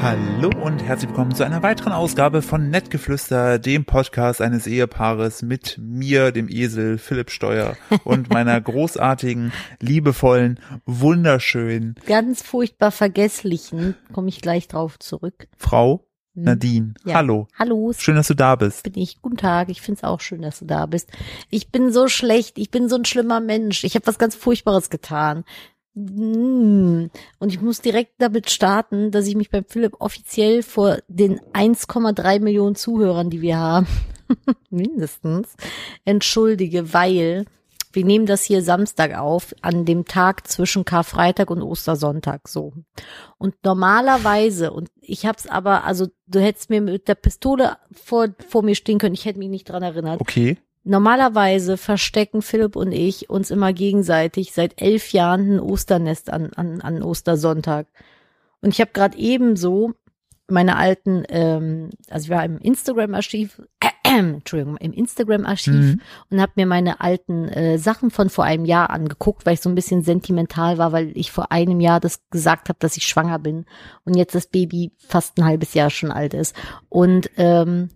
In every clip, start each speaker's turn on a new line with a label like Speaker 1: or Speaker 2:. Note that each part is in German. Speaker 1: Hallo und herzlich willkommen zu einer weiteren Ausgabe von Nettgeflüster, dem Podcast eines Ehepaares mit mir, dem Esel Philipp Steuer und meiner großartigen, liebevollen, wunderschönen
Speaker 2: Ganz furchtbar vergesslichen, komme ich gleich drauf zurück.
Speaker 1: Frau
Speaker 2: Hm.
Speaker 1: Nadine.
Speaker 2: Ja.
Speaker 1: Hallo.
Speaker 2: Hallo, es
Speaker 1: Schön, dass du da bist.
Speaker 2: bin ich. Guten Tag, ich find's auch schön, dass du da bist. Ich bin so schlecht, ich bin so ein schlimmer Mensch. Ich habe was ganz Furchtbares getan. Mm. Und ich muss direkt damit starten, dass ich mich beim Philipp offiziell vor den 1,3 Millionen Zuhörern, die wir haben, mindestens, entschuldige, weil wir nehmen das hier Samstag auf, an dem Tag zwischen Karfreitag und Ostersonntag so. Und normalerweise, und ich hab's aber, also du hättest mir mit der Pistole vor, vor mir stehen können, ich hätte mich nicht dran erinnert.
Speaker 1: Okay.
Speaker 2: Normalerweise verstecken Philipp und ich uns immer gegenseitig seit elf Jahren ein Osternest an, an, an Ostersonntag. Und ich habe gerade ebenso meine alten, ähm, also ich war im Instagram-Archiv, äh, Entschuldigung, im Instagram-Archiv
Speaker 1: Mhm.
Speaker 2: und habe mir meine alten äh, Sachen von vor einem Jahr angeguckt, weil ich so ein bisschen sentimental war, weil ich vor einem Jahr das gesagt habe, dass ich schwanger bin und jetzt das Baby fast ein halbes Jahr schon alt ist. Und ähm,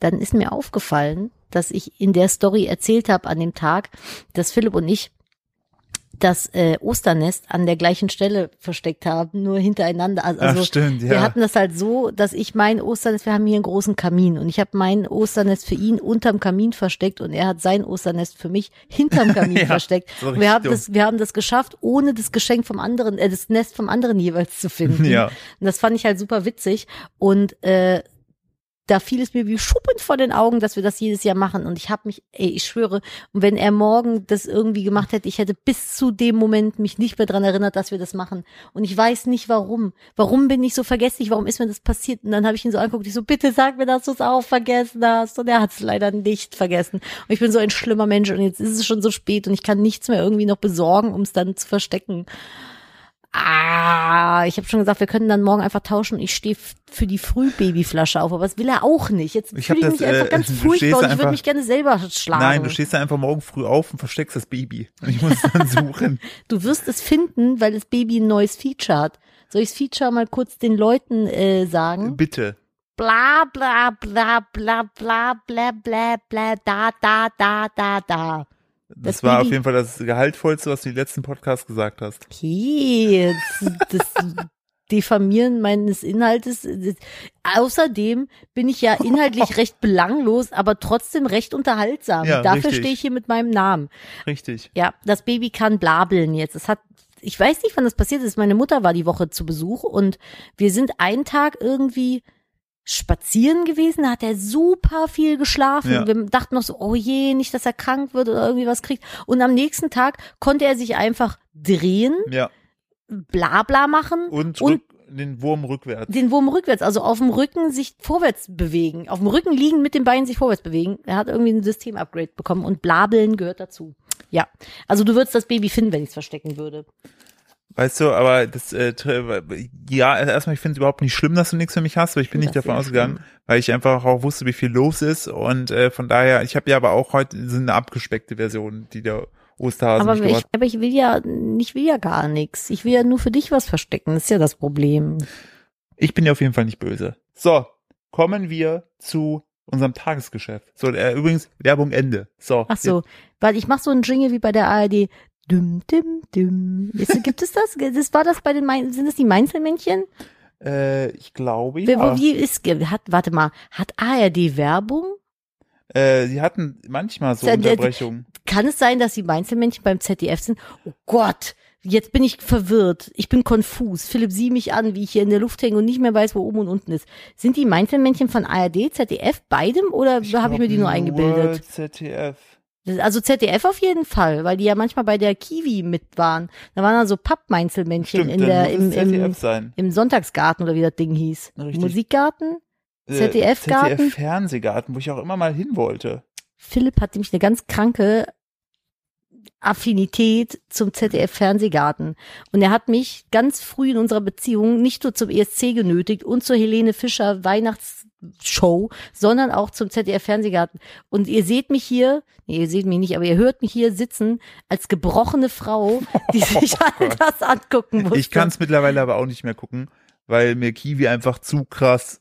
Speaker 2: dann ist mir aufgefallen, dass ich in der Story erzählt habe an dem Tag, dass Philipp und ich das äh, Osternest an der gleichen Stelle versteckt haben, nur hintereinander. Also,
Speaker 1: Ach, Ah, stimmt,
Speaker 2: wir
Speaker 1: ja.
Speaker 2: hatten das halt so, dass ich mein Osternest, wir haben hier einen großen Kamin und ich habe mein Osternest für ihn unterm Kamin versteckt und er hat sein Osternest für mich hinterm Kamin
Speaker 1: Ja,
Speaker 2: versteckt.
Speaker 1: so
Speaker 2: Und wir, haben
Speaker 1: richtig
Speaker 2: das, wir haben das geschafft, ohne das Geschenk vom anderen, äh, das Nest vom anderen jeweils zu finden.
Speaker 1: Ja.
Speaker 2: Und das fand ich halt super witzig und äh, da fiel es mir wie schuppend vor den Augen, dass wir das jedes Jahr machen. Und ich habe mich, ey, ich schwöre, und wenn er morgen das irgendwie gemacht hätte, ich hätte bis zu dem Moment mich nicht mehr dran erinnert, dass wir das machen. Und ich weiß nicht warum. Warum bin ich so vergesslich? Warum ist mir das passiert? Und dann habe ich ihn so angeguckt, ich so, bitte sag mir, dass du es auch vergessen hast. Und er hat es leider nicht vergessen. Und ich bin so ein schlimmer Mensch und jetzt ist es schon so spät und ich kann nichts mehr irgendwie noch besorgen, um es dann zu verstecken. Ah, ich habe schon gesagt, wir können dann morgen einfach tauschen. Ich stehe für die Frühbabyflasche auf, aber das will er auch nicht. Jetzt
Speaker 1: Ich
Speaker 2: fühle ich
Speaker 1: hab
Speaker 2: mich
Speaker 1: das,
Speaker 2: einfach
Speaker 1: äh,
Speaker 2: ganz
Speaker 1: du stehst
Speaker 2: furchtbar und ich
Speaker 1: einfach-
Speaker 2: würde mich gerne selber schlagen.
Speaker 1: Nein, du stehst da einfach morgen früh auf und versteckst das Baby. Und ich muss es dann suchen.
Speaker 2: Du wirst es finden, weil das Baby ein neues Feature hat. Soll ich das Feature mal kurz den Leuten äh, sagen?
Speaker 1: Bitte.
Speaker 2: Bla bla bla bla bla bla bla bla da da da da da.
Speaker 1: Das,
Speaker 2: Das
Speaker 1: war
Speaker 2: Baby-
Speaker 1: auf jeden Fall das Gehaltvollste, was du im letzten Podcast gesagt hast.
Speaker 2: Okay, jetzt- das Diffamieren meines Inhaltes. Das- Außerdem bin ich ja inhaltlich recht belanglos, aber trotzdem recht unterhaltsam.
Speaker 1: Ja,
Speaker 2: Dafür
Speaker 1: richtig.
Speaker 2: stehe ich hier mit meinem Namen.
Speaker 1: Richtig.
Speaker 2: Ja, das Baby kann blabeln jetzt. Es hat, ich weiß nicht, wann das passiert ist. Meine Mutter war die Woche zu Besuch und wir sind einen Tag irgendwie spazieren gewesen. Da hat er super viel geschlafen.
Speaker 1: Ja.
Speaker 2: Wir dachten noch so, oh je, nicht, dass er krank wird oder irgendwie was kriegt. Und am nächsten Tag konnte er sich einfach drehen,
Speaker 1: Ja.
Speaker 2: blabla machen
Speaker 1: Und,
Speaker 2: Und-
Speaker 1: rück, den Wurm rückwärts.
Speaker 2: den Wurm rückwärts, also auf dem Rücken sich vorwärts bewegen, auf dem Rücken liegen, mit den Beinen sich vorwärts bewegen. Er hat irgendwie ein System-Upgrade bekommen und Blabeln gehört dazu. Ja, also du würdest das Baby finden, wenn ich es verstecken würde.
Speaker 1: Weißt du, aber das, äh, tr- ja, also erstmal, ich finde es überhaupt nicht schlimm, dass du nichts für mich hast, weil ich bin
Speaker 2: Ich
Speaker 1: nicht
Speaker 2: find das
Speaker 1: davon
Speaker 2: sehr
Speaker 1: ausgegangen, weil ich einfach auch wusste, wie viel los ist und äh, von daher, ich habe ja aber auch heute so eine abgespeckte Version, die der Osterhase
Speaker 2: aber,
Speaker 1: mich
Speaker 2: ich,
Speaker 1: gemacht
Speaker 2: aber ich will ja, ich will ja gar nichts. Ich will ja nur für dich was verstecken. Das ist ja das Problem.
Speaker 1: Ich bin dir auf jeden Fall nicht böse. So, kommen wir zu unserem Tagesgeschäft. So, äh, übrigens, Werbung Ende. So.
Speaker 2: Ach so, weil ich mache so einen Jingle wie bei der ARD. Düm, düm, düm. Ist, gibt es das? das? War das bei den Main sind das die Mainzelmännchen?
Speaker 1: Jetzt, äh, ich glaube,
Speaker 2: Wer-
Speaker 1: ja.
Speaker 2: wo- Wie ist, hat, warte mal, hat ARD Werbung?
Speaker 1: Äh, sie hatten manchmal so
Speaker 2: Ja, der-
Speaker 1: Unterbrechungen.
Speaker 2: Kann es sein, dass die Mainzelmännchen beim ZDF sind? Oh Gott, jetzt bin ich verwirrt. Ich bin konfus. Philipp, sieh mich an, wie ich hier in der Luft hänge und nicht mehr weiß, wo oben und unten ist. Sind die Mainzelmännchen von ARD, ZDF, beidem oder habe ich mir die nur eingebildet?
Speaker 1: ZDF.
Speaker 2: Also ZDF auf jeden Fall, weil die ja manchmal bei der Kiwi mit waren. Da waren dann so Pappmeinzelmännchen
Speaker 1: Stimmt,
Speaker 2: in der,
Speaker 1: dann
Speaker 2: im,
Speaker 1: muss es ZDF
Speaker 2: im,
Speaker 1: sein.
Speaker 2: im Sonntagsgarten oder wie das Ding hieß.
Speaker 1: Richtig.
Speaker 2: Musikgarten?
Speaker 1: Äh,
Speaker 2: ZDF-Garten?
Speaker 1: ZDF-Fernsehgarten, wo ich auch immer mal hin wollte.
Speaker 2: Philipp hat nämlich eine ganz kranke Affinität zum ZDF-Fernsehgarten. Und er hat mich ganz früh in unserer Beziehung nicht nur zum ESC genötigt und zur Helene Fischer Weihnachtsshow, sondern auch zum ZDF-Fernsehgarten. Und ihr seht mich hier, nee, ihr seht mich nicht, aber ihr hört mich hier sitzen als
Speaker 1: Oh
Speaker 2: gebrochene Frau, die sich all das angucken muss.
Speaker 1: Ich kann es mittlerweile aber auch nicht mehr gucken, weil mir Kiwi einfach zu krass,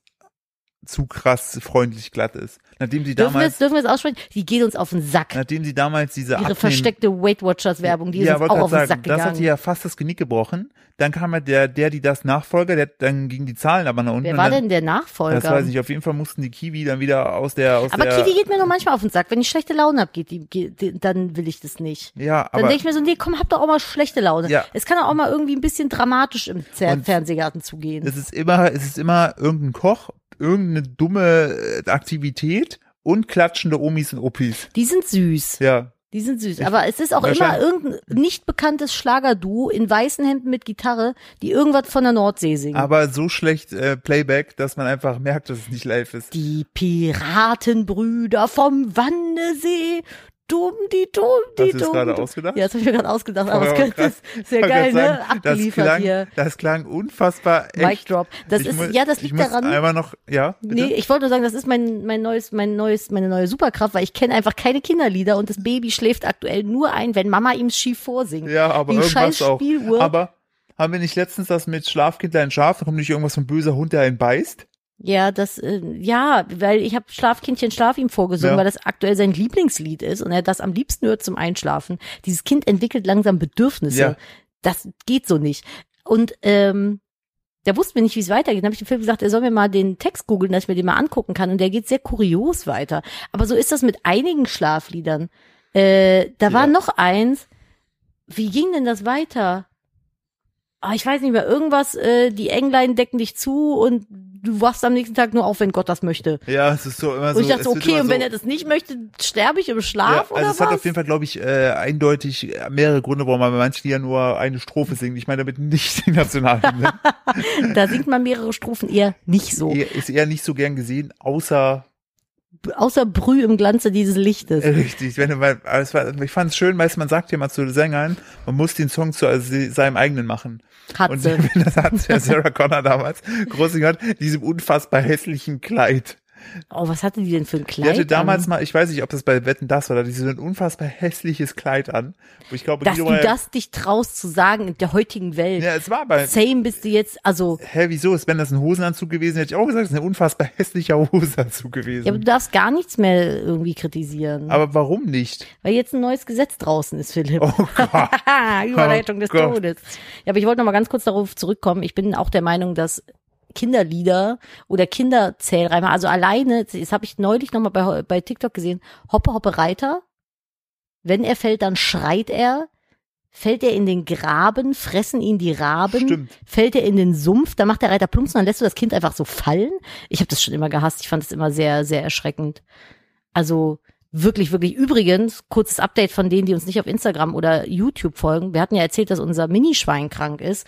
Speaker 1: zu krass freundlich glatt ist. Nachdem sie
Speaker 2: Dürfen wir,
Speaker 1: damals,
Speaker 2: es, dürfen wir es aussprechen? Die geht uns auf den Sack.
Speaker 1: nachdem sie damals diese
Speaker 2: Ihre
Speaker 1: Abnehm-
Speaker 2: versteckte Weight Watchers Werbung, die ist uns
Speaker 1: wollte
Speaker 2: auch
Speaker 1: grad
Speaker 2: auf den Sack
Speaker 1: das hat
Speaker 2: gegangen.
Speaker 1: ihr ja fast das Genick gebrochen. Dann kam ja der, der, die das Nachfolger, der hat dann ging die Zahlen aber nach unten.
Speaker 2: Wer
Speaker 1: und
Speaker 2: war
Speaker 1: dann,
Speaker 2: denn der
Speaker 1: Das
Speaker 2: Nachfolger?
Speaker 1: weiß ich nicht. Auf jeden Fall mussten die Kiwi dann wieder aus der, aus
Speaker 2: aber
Speaker 1: der,
Speaker 2: Kiwi geht mir noch manchmal auf den Sack. Wenn ich schlechte Laune habe, geht die, geht, die- dann will ich das nicht.
Speaker 1: ja, aber,
Speaker 2: Dann denke ich mir so, nee, komm, hab doch auch mal schlechte Laune.
Speaker 1: Ja.
Speaker 2: Es kann doch auch mal irgendwie ein bisschen dramatisch im Zer
Speaker 1: Und-
Speaker 2: Fernsehgarten zugehen.
Speaker 1: Es ist immer, es ist immer irgendein Koch, irgendeine dumme äh, Aktivität und klatschende Omis und Opis.
Speaker 2: Die sind süß.
Speaker 1: Ja.
Speaker 2: Die sind süß. Aber es ist auch immer
Speaker 1: Wahrscheinlich-
Speaker 2: irgendein nicht bekanntes Schlagerduo in weißen Hemden mit Gitarre, die irgendwas von der Nordsee singen.
Speaker 1: Aber so schlecht äh, Playback, dass man einfach merkt, dass es nicht live ist.
Speaker 2: die Piratenbrüder vom Wandesee. Dumm, die dumm, die
Speaker 1: Hast du das
Speaker 2: dumm.
Speaker 1: gerade
Speaker 2: dumm.
Speaker 1: ausgedacht?
Speaker 2: Ja, das habe ich mir gerade ausgedacht, aber
Speaker 1: Aber
Speaker 2: es könnte
Speaker 1: krass.
Speaker 2: das ist ja
Speaker 1: Ich wollte
Speaker 2: geil,
Speaker 1: gerade
Speaker 2: ne?
Speaker 1: sagen,
Speaker 2: Abgeliefert
Speaker 1: das klang,
Speaker 2: hier.
Speaker 1: Das klang unfassbar echt.
Speaker 2: Mic drop. Das
Speaker 1: Ich
Speaker 2: ist,
Speaker 1: mu-
Speaker 2: ja, das
Speaker 1: ich
Speaker 2: liegt
Speaker 1: muss
Speaker 2: daran.
Speaker 1: Einmal noch, ja, bitte?
Speaker 2: Nee, ich wollte nur sagen, das ist mein, mein neues, mein neues, meine neue Superkraft, weil ich kenne einfach keine Kinderlieder und das Baby schläft aktuell nur ein, wenn Mama ihm schief vorsingt.
Speaker 1: Ja, aber
Speaker 2: Die
Speaker 1: irgendwas
Speaker 2: scheiß
Speaker 1: auch.
Speaker 2: Spieluhr.
Speaker 1: Aber haben wir nicht letztens das mit Schlafkindlein Schaf, da kommt nicht irgendwas von böser Hund, der einen beißt?
Speaker 2: Ja, das, äh, ja, weil ich habe Schlafkindchen Schlaf ihm vorgesungen,
Speaker 1: Ja.
Speaker 2: weil das aktuell sein Lieblingslied ist und er das am liebsten hört zum Einschlafen. Dieses Kind entwickelt langsam Bedürfnisse.
Speaker 1: Ja.
Speaker 2: Das geht so nicht. Und ähm, da wussten wir nicht, wie es weitergeht. Dann habe ich dem Film gesagt, er soll mir mal den Text googeln, dass ich mir den mal angucken kann. Und der geht sehr kurios weiter. Aber so ist das mit einigen Schlafliedern. Äh, da war
Speaker 1: Ja.
Speaker 2: noch eins. Wie ging denn das weiter? Ah, ich weiß nicht mehr, irgendwas, äh, die Englein decken dich zu und du wachst am nächsten Tag nur auf, wenn Gott das möchte.
Speaker 1: Ja, es ist so immer so.
Speaker 2: und ich dachte,
Speaker 1: Also, es
Speaker 2: so,
Speaker 1: wird
Speaker 2: okay,
Speaker 1: immer
Speaker 2: und wenn
Speaker 1: so,
Speaker 2: er das nicht möchte, sterbe ich im Schlaf
Speaker 1: ja, also
Speaker 2: oder
Speaker 1: es
Speaker 2: was?
Speaker 1: hat auf jeden Fall, glaube ich, äh, eindeutig mehrere Gründe, warum man bei manchen Liedern nur eine Strophe singt. Ich meine damit nicht die Nationalhymne.
Speaker 2: da singt man mehrere Strophen eher nicht so.
Speaker 1: Eher- ist eher nicht so gern gesehen, außer
Speaker 2: Außer Brüh im Glanze dieses Lichtes.
Speaker 1: äh, richtig. Wenn du mal, aber es war, ich fand es schön, weißt du, man sagt ja mal zu Sängern, man muss den Song zu also, se- seinem eigenen machen. Und
Speaker 2: Katze.
Speaker 1: wenn das hat der Sarah Connor damals groß gehört, diesem unfassbar hässlichen Kleid.
Speaker 2: Oh, was hatte die denn für ein Kleid?
Speaker 1: Die hatte damals
Speaker 2: an?
Speaker 1: mal, ich weiß nicht, ob das bei Wetten das war, da hatte sie so ein unfassbar hässliches Kleid an. Wo ich glaube,
Speaker 2: dass
Speaker 1: Guido
Speaker 2: du
Speaker 1: Meier-
Speaker 2: das dich traust zu sagen in der heutigen Welt.
Speaker 1: ja, es war bei,
Speaker 2: Same bist du jetzt, also,
Speaker 1: hä, wieso? Ist, wenn das ein Hosenanzug gewesen, hätte ich auch gesagt, es ist ein unfassbar hässlicher Hosenanzug gewesen.
Speaker 2: ja, aber du darfst gar nichts mehr irgendwie kritisieren.
Speaker 1: Mhm. aber warum nicht?
Speaker 2: weil jetzt ein neues Gesetz draußen ist, Philipp.
Speaker 1: Oh Gott.
Speaker 2: Überleitung des
Speaker 1: Oh Gott.
Speaker 2: Todes. Ja, aber ich wollte noch mal ganz kurz darauf zurückkommen. Ich bin auch der Meinung, dass Kinderlieder oder Kinderzählreimer, also alleine, das habe ich neulich noch mal bei, bei TikTok gesehen, Hoppe Hoppe Reiter, wenn er fällt, dann schreit er, fällt er in den Graben, fressen ihn die Raben,
Speaker 1: Stimmt.
Speaker 2: fällt er in den Sumpf, dann macht der Reiter plumps und dann lässt du das Kind einfach so fallen. Ich habe das schon immer gehasst, ich fand das immer sehr, sehr erschreckend. Also wirklich, wirklich. Übrigens, kurzes Update von denen, die uns nicht auf Instagram oder YouTube folgen. Wir hatten ja erzählt, dass unser Minischwein krank ist.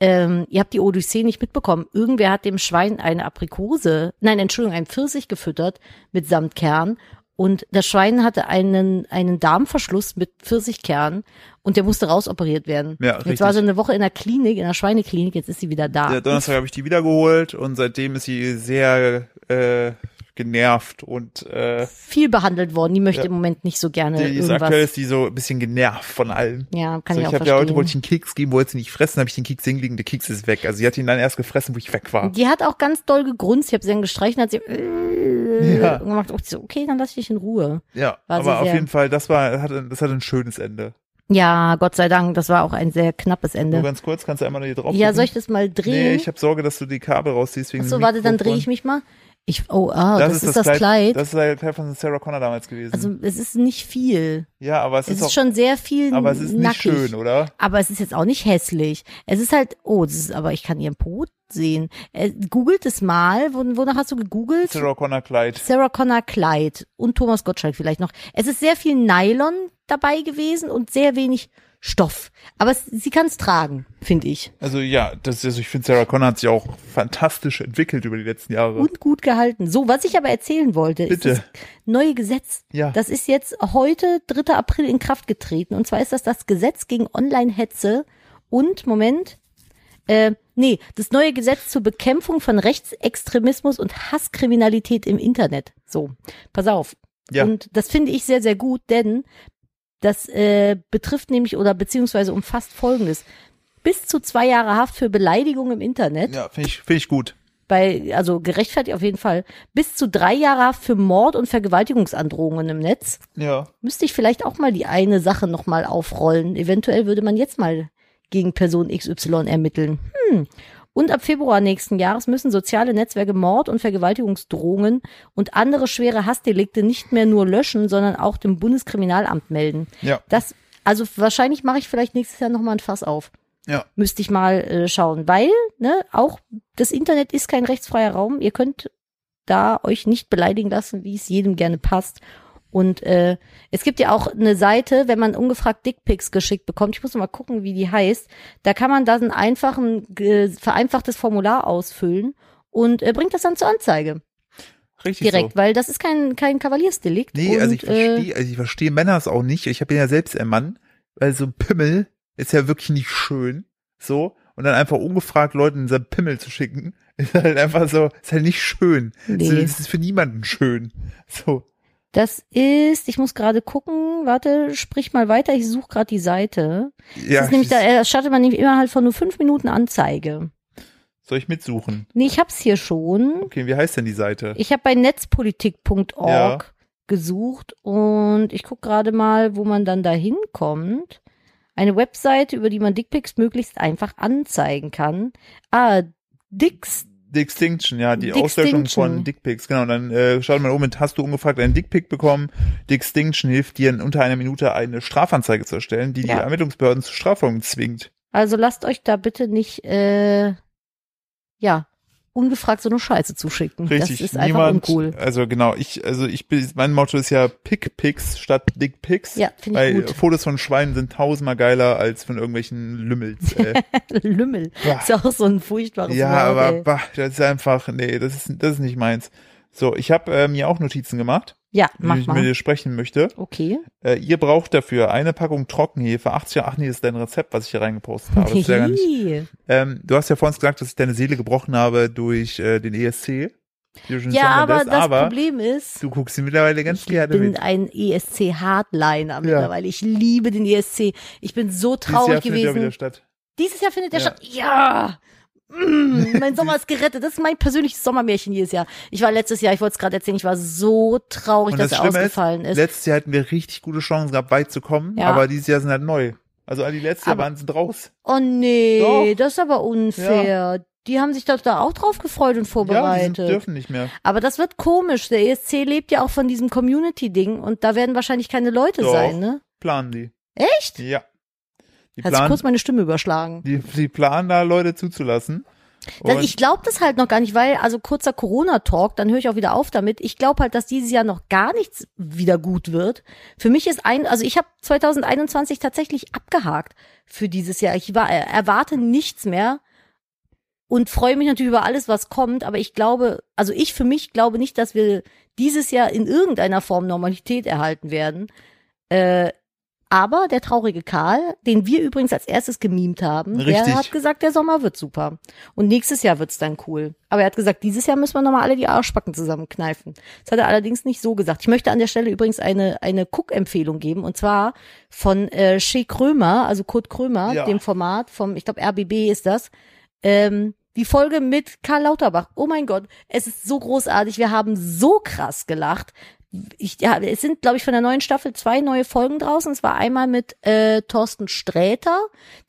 Speaker 2: Ähm, ihr habt die Odyssee nicht mitbekommen. Irgendwer hat dem Schwein eine Aprikose, nein, Entschuldigung, einen Pfirsich gefüttert mit Samtkern. Und das Schwein hatte einen, einen Darmverschluss mit Pfirsichkern und der musste rausoperiert werden.
Speaker 1: Ja,
Speaker 2: Jetzt
Speaker 1: richtig.
Speaker 2: war sie eine Woche in der Klinik, in der Schweineklinik, jetzt ist sie wieder da.
Speaker 1: Ja, Donnerstag habe ich die wiedergeholt und seitdem ist sie sehr äh, genervt und äh,
Speaker 2: Viel behandelt worden, die möchte
Speaker 1: Ja.
Speaker 2: im Moment nicht so gerne
Speaker 1: die ist
Speaker 2: irgendwas.
Speaker 1: aktuell ist die so ein bisschen genervt von allem.
Speaker 2: ja, kann
Speaker 1: so, ich
Speaker 2: ich auch
Speaker 1: habe
Speaker 2: verstehen.
Speaker 1: ja heute wollte ich einen Keks geben, wollte sie nicht fressen, habe ich den Keks hingelegt, der Keks ist weg. Also sie hat ihn dann erst gefressen, wo ich weg war.
Speaker 2: Die hat auch ganz doll gegrunzt. Ich habe sie dann gestreichelt, hat sie äh,
Speaker 1: Ja.
Speaker 2: gemacht. Und ich so, okay, dann lass ich dich in Ruhe.
Speaker 1: Ja,
Speaker 2: War sie
Speaker 1: aber auf
Speaker 2: sehr-
Speaker 1: jeden Fall, das war, hat, das hat ein schönes Ende.
Speaker 2: Ja, Gott sei Dank, das war auch ein sehr knappes
Speaker 1: Nur
Speaker 2: Ende.
Speaker 1: ganz kurz, kannst du einmal hier drauf
Speaker 2: Ja,
Speaker 1: gucken?
Speaker 2: soll ich das mal drehen?
Speaker 1: Nee, ich habe Sorge, dass du die Kabel rausziehst wegen
Speaker 2: Achso,
Speaker 1: dem
Speaker 2: warte, dann drehe
Speaker 1: Mikrofon.
Speaker 2: ich mich mal. Ich, oh, ah, das, ist das Kleid.
Speaker 1: Das ist das Kleid von Sarah Connor damals gewesen.
Speaker 2: also es ist nicht viel.
Speaker 1: ja, aber es
Speaker 2: Es
Speaker 1: ist,
Speaker 2: ist,
Speaker 1: auch,
Speaker 2: schon sehr viel
Speaker 1: aber es ist nicht
Speaker 2: nackig.
Speaker 1: schön, oder?
Speaker 2: Aber es ist jetzt auch nicht hässlich. Es ist halt, oh, das ist, aber ich kann ihren Po sehen. Äh, googelt es mal. Won- Wonach hast du gegoogelt?
Speaker 1: Sarah Connor Kleid.
Speaker 2: Sarah Connor Kleid und Thomas Gottschalk vielleicht noch. Es ist sehr viel Nylon dabei gewesen und sehr wenig Stoff. Aber es, sie kann es tragen, finde ich.
Speaker 1: Also ja, das, also ich finde Sarah Connor hat sich auch fantastisch entwickelt über die letzten Jahre.
Speaker 2: Und gut gehalten. So, was ich aber erzählen wollte,
Speaker 1: Bitte.
Speaker 2: ist das neue Gesetz.
Speaker 1: Ja.
Speaker 2: Das ist jetzt heute, 3. April, in Kraft getreten. Und zwar ist das das Gesetz gegen Online-Hetze und, Moment, äh, nee, das neue Gesetz zur Bekämpfung von Rechtsextremismus und Hasskriminalität im Internet. So, pass auf.
Speaker 1: Ja.
Speaker 2: Und das finde ich sehr, sehr gut, denn das äh, betrifft nämlich oder beziehungsweise umfasst Folgendes. bis zu zwei Jahre Haft für Beleidigung im Internet.
Speaker 1: Ja, finde ich, finde ich gut.
Speaker 2: Bei, also gerechtfertigt auf jeden Fall. Bis zu drei Jahre Haft für Mord und Vergewaltigungsandrohungen im Netz.
Speaker 1: Ja.
Speaker 2: Müsste ich vielleicht auch mal die eine Sache nochmal aufrollen. Eventuell würde man jetzt mal gegen Person XY ermitteln. Hm. Und ab Februar nächsten Jahres müssen soziale Netzwerke Mord und Vergewaltigungsdrohungen und andere schwere Hassdelikte nicht mehr nur löschen, sondern auch dem Bundeskriminalamt melden.
Speaker 1: Ja.
Speaker 2: Das, also wahrscheinlich mache ich vielleicht nächstes Jahr nochmal ein Fass auf.
Speaker 1: Ja.
Speaker 2: Müsste ich mal äh, schauen, weil, ne, auch das Internet ist kein rechtsfreier Raum. Ihr könnt da euch nicht beleidigen lassen, wie es jedem gerne passt. Und äh, es gibt ja auch eine Seite, wenn man ungefragt Dickpics geschickt bekommt, ich muss noch mal gucken, wie die heißt, da kann man dann einfach ein äh, vereinfachtes Formular ausfüllen und äh, bringt das dann zur Anzeige
Speaker 1: Richtig
Speaker 2: direkt,
Speaker 1: so.
Speaker 2: weil das ist kein, kein Kavaliersdelikt.
Speaker 1: Nee,
Speaker 2: und,
Speaker 1: also ich
Speaker 2: Äh,
Speaker 1: verstehe, also ich verstehe Männer es auch nicht. Ich bin ja selbst ein Mann. Also ein Pimmel ist ja wirklich nicht schön. So. Und dann einfach ungefragt Leuten seinen Pimmel zu schicken, ist halt einfach so, ist halt nicht schön.
Speaker 2: Nee.
Speaker 1: So, Das ist für niemanden schön. So.
Speaker 2: das ist, ich muss gerade gucken, warte, sprich mal weiter, ich suche gerade die Seite.
Speaker 1: Ja.
Speaker 2: das ist nämlich, da erstattet man nämlich innerhalb von nur fünf Minuten Anzeige.
Speaker 1: soll ich mitsuchen?
Speaker 2: Nee, ich hab's hier schon.
Speaker 1: Okay, wie heißt denn die Seite?
Speaker 2: Ich habe bei netzpolitik.org
Speaker 1: Ja.
Speaker 2: gesucht und ich gucke gerade mal, wo man dann da hinkommt. Eine Webseite, über die man Dickpics möglichst einfach anzeigen kann. Ah, Dicks,
Speaker 1: Die Extinction, ja, die Auslöschung
Speaker 2: Dickstinction.
Speaker 1: von Dickpics, genau. Und dann äh, schaut man um und hast du ungefragt einen Dickpic bekommen? Die Extinction hilft dir in unter einer Minute eine Strafanzeige zu erstellen, die
Speaker 2: Ja.
Speaker 1: die Ermittlungsbehörden zu Strafverfolgung zwingt.
Speaker 2: also lasst euch da bitte nicht, äh, ja, ungefragt so eine Scheiße zuschicken.
Speaker 1: Richtig,
Speaker 2: das ist einfach
Speaker 1: niemand.
Speaker 2: uncool.
Speaker 1: Also genau, ich, also ich bin, mein Motto ist ja Pickpics statt Dickpics.
Speaker 2: Ja, finde ich
Speaker 1: Weil
Speaker 2: gut.
Speaker 1: Fotos von Schweinen sind tausendmal geiler als von irgendwelchen Lümmels. Äh.
Speaker 2: Lümmel.
Speaker 1: Bah.
Speaker 2: Ist ja auch so ein furchtbares
Speaker 1: ja,
Speaker 2: Wort,
Speaker 1: aber
Speaker 2: ey.
Speaker 1: bah, das ist einfach, nee, das ist, das ist nicht meins. So, ich habe äh, mir auch Notizen gemacht,
Speaker 2: Ja,
Speaker 1: wie
Speaker 2: mach
Speaker 1: ich mit
Speaker 2: mal.
Speaker 1: dir sprechen möchte.
Speaker 2: Okay.
Speaker 1: Äh, ihr braucht dafür eine Packung Trockenhefe, 80, ach nee, das ist dein Rezept, was ich hier reingepostet habe. Das ist ja gar nicht, ähm, du hast ja vorhin gesagt, dass ich deine Seele gebrochen habe durch äh, den ESC. Eurovision Song
Speaker 2: ja, aber
Speaker 1: Contest,
Speaker 2: das
Speaker 1: aber
Speaker 2: Problem ist,
Speaker 1: du guckst ihn mittlerweile ganz
Speaker 2: ich
Speaker 1: gerne
Speaker 2: bin
Speaker 1: mit.
Speaker 2: ein E ESC-Hardliner mittlerweile. Ich liebe den ESC. Ich bin so
Speaker 1: Dieses
Speaker 2: traurig
Speaker 1: Jahr findet er wieder
Speaker 2: gewesen.
Speaker 1: statt.
Speaker 2: Dieses Jahr findet der
Speaker 1: Ja.
Speaker 2: statt. Ja! Mm, mein Sommer ist gerettet. Das ist mein persönliches Sommermärchen jedes Jahr. Ich war letztes Jahr, ich wollte es gerade erzählen, ich war so traurig,
Speaker 1: Und
Speaker 2: dass
Speaker 1: das
Speaker 2: er
Speaker 1: Schlimme ist,
Speaker 2: ausgefallen ist.
Speaker 1: letztes Jahr hatten wir richtig gute Chancen gehabt, weit zu kommen,
Speaker 2: Ja.
Speaker 1: aber dieses Jahr sind halt neu. Also all die letzten Jahr
Speaker 2: Aber-
Speaker 1: waren sind raus.
Speaker 2: Oh nee,
Speaker 1: Doch.
Speaker 2: das ist aber unfair. Die haben sich doch da auch drauf gefreut und
Speaker 1: Ja, die
Speaker 2: vorbereitet.
Speaker 1: sind, dürfen nicht mehr.
Speaker 2: aber das wird komisch. Der ESC lebt ja auch von diesem Community-Ding und da werden wahrscheinlich keine Leute
Speaker 1: Doch.
Speaker 2: sein, ne?
Speaker 1: Planen die.
Speaker 2: Echt?
Speaker 1: Ja. Die
Speaker 2: Hat sich
Speaker 1: planen,
Speaker 2: kurz meine Stimme überschlagen.
Speaker 1: die, die planen da Leute zuzulassen.
Speaker 2: Dann,
Speaker 1: Und-
Speaker 2: ich glaube das halt noch gar nicht, weil, also kurzer Corona-Talk, dann höre ich auch wieder auf damit. Ich glaube halt, dass dieses Jahr noch gar nichts wieder gut wird. Für mich ist ein, also ich habe 2021 tatsächlich abgehakt für dieses Jahr. Ich war, äh, erwarte nichts mehr und freue mich natürlich über alles, was kommt, aber ich glaube, also ich für mich glaube nicht, dass wir dieses Jahr in irgendeiner Form Normalität erhalten werden. Äh, aber der traurige Karl, den wir übrigens als erstes gemimt haben,
Speaker 1: Richtig.
Speaker 2: der hat gesagt, der Sommer wird super. Und nächstes Jahr wird's dann cool. Aber er hat gesagt, dieses Jahr müssen wir nochmal alle die Arschbacken zusammenkneifen. Das hat er allerdings nicht so gesagt. Ich möchte an der Stelle übrigens eine, eine Cook-Empfehlung geben und zwar von äh, Shea Krömer, also Kurt Krömer,
Speaker 1: Ja.
Speaker 2: dem Format vom, ich glaube, RBB ist das. Ähm, die Folge mit Karl Lauterbach. Oh mein Gott, es ist so großartig. Wir haben so krass gelacht. Ich, ja, es sind, glaube ich, von der neuen Staffel zwei neue Folgen draußen. Es war einmal mit äh, Thorsten Sträter,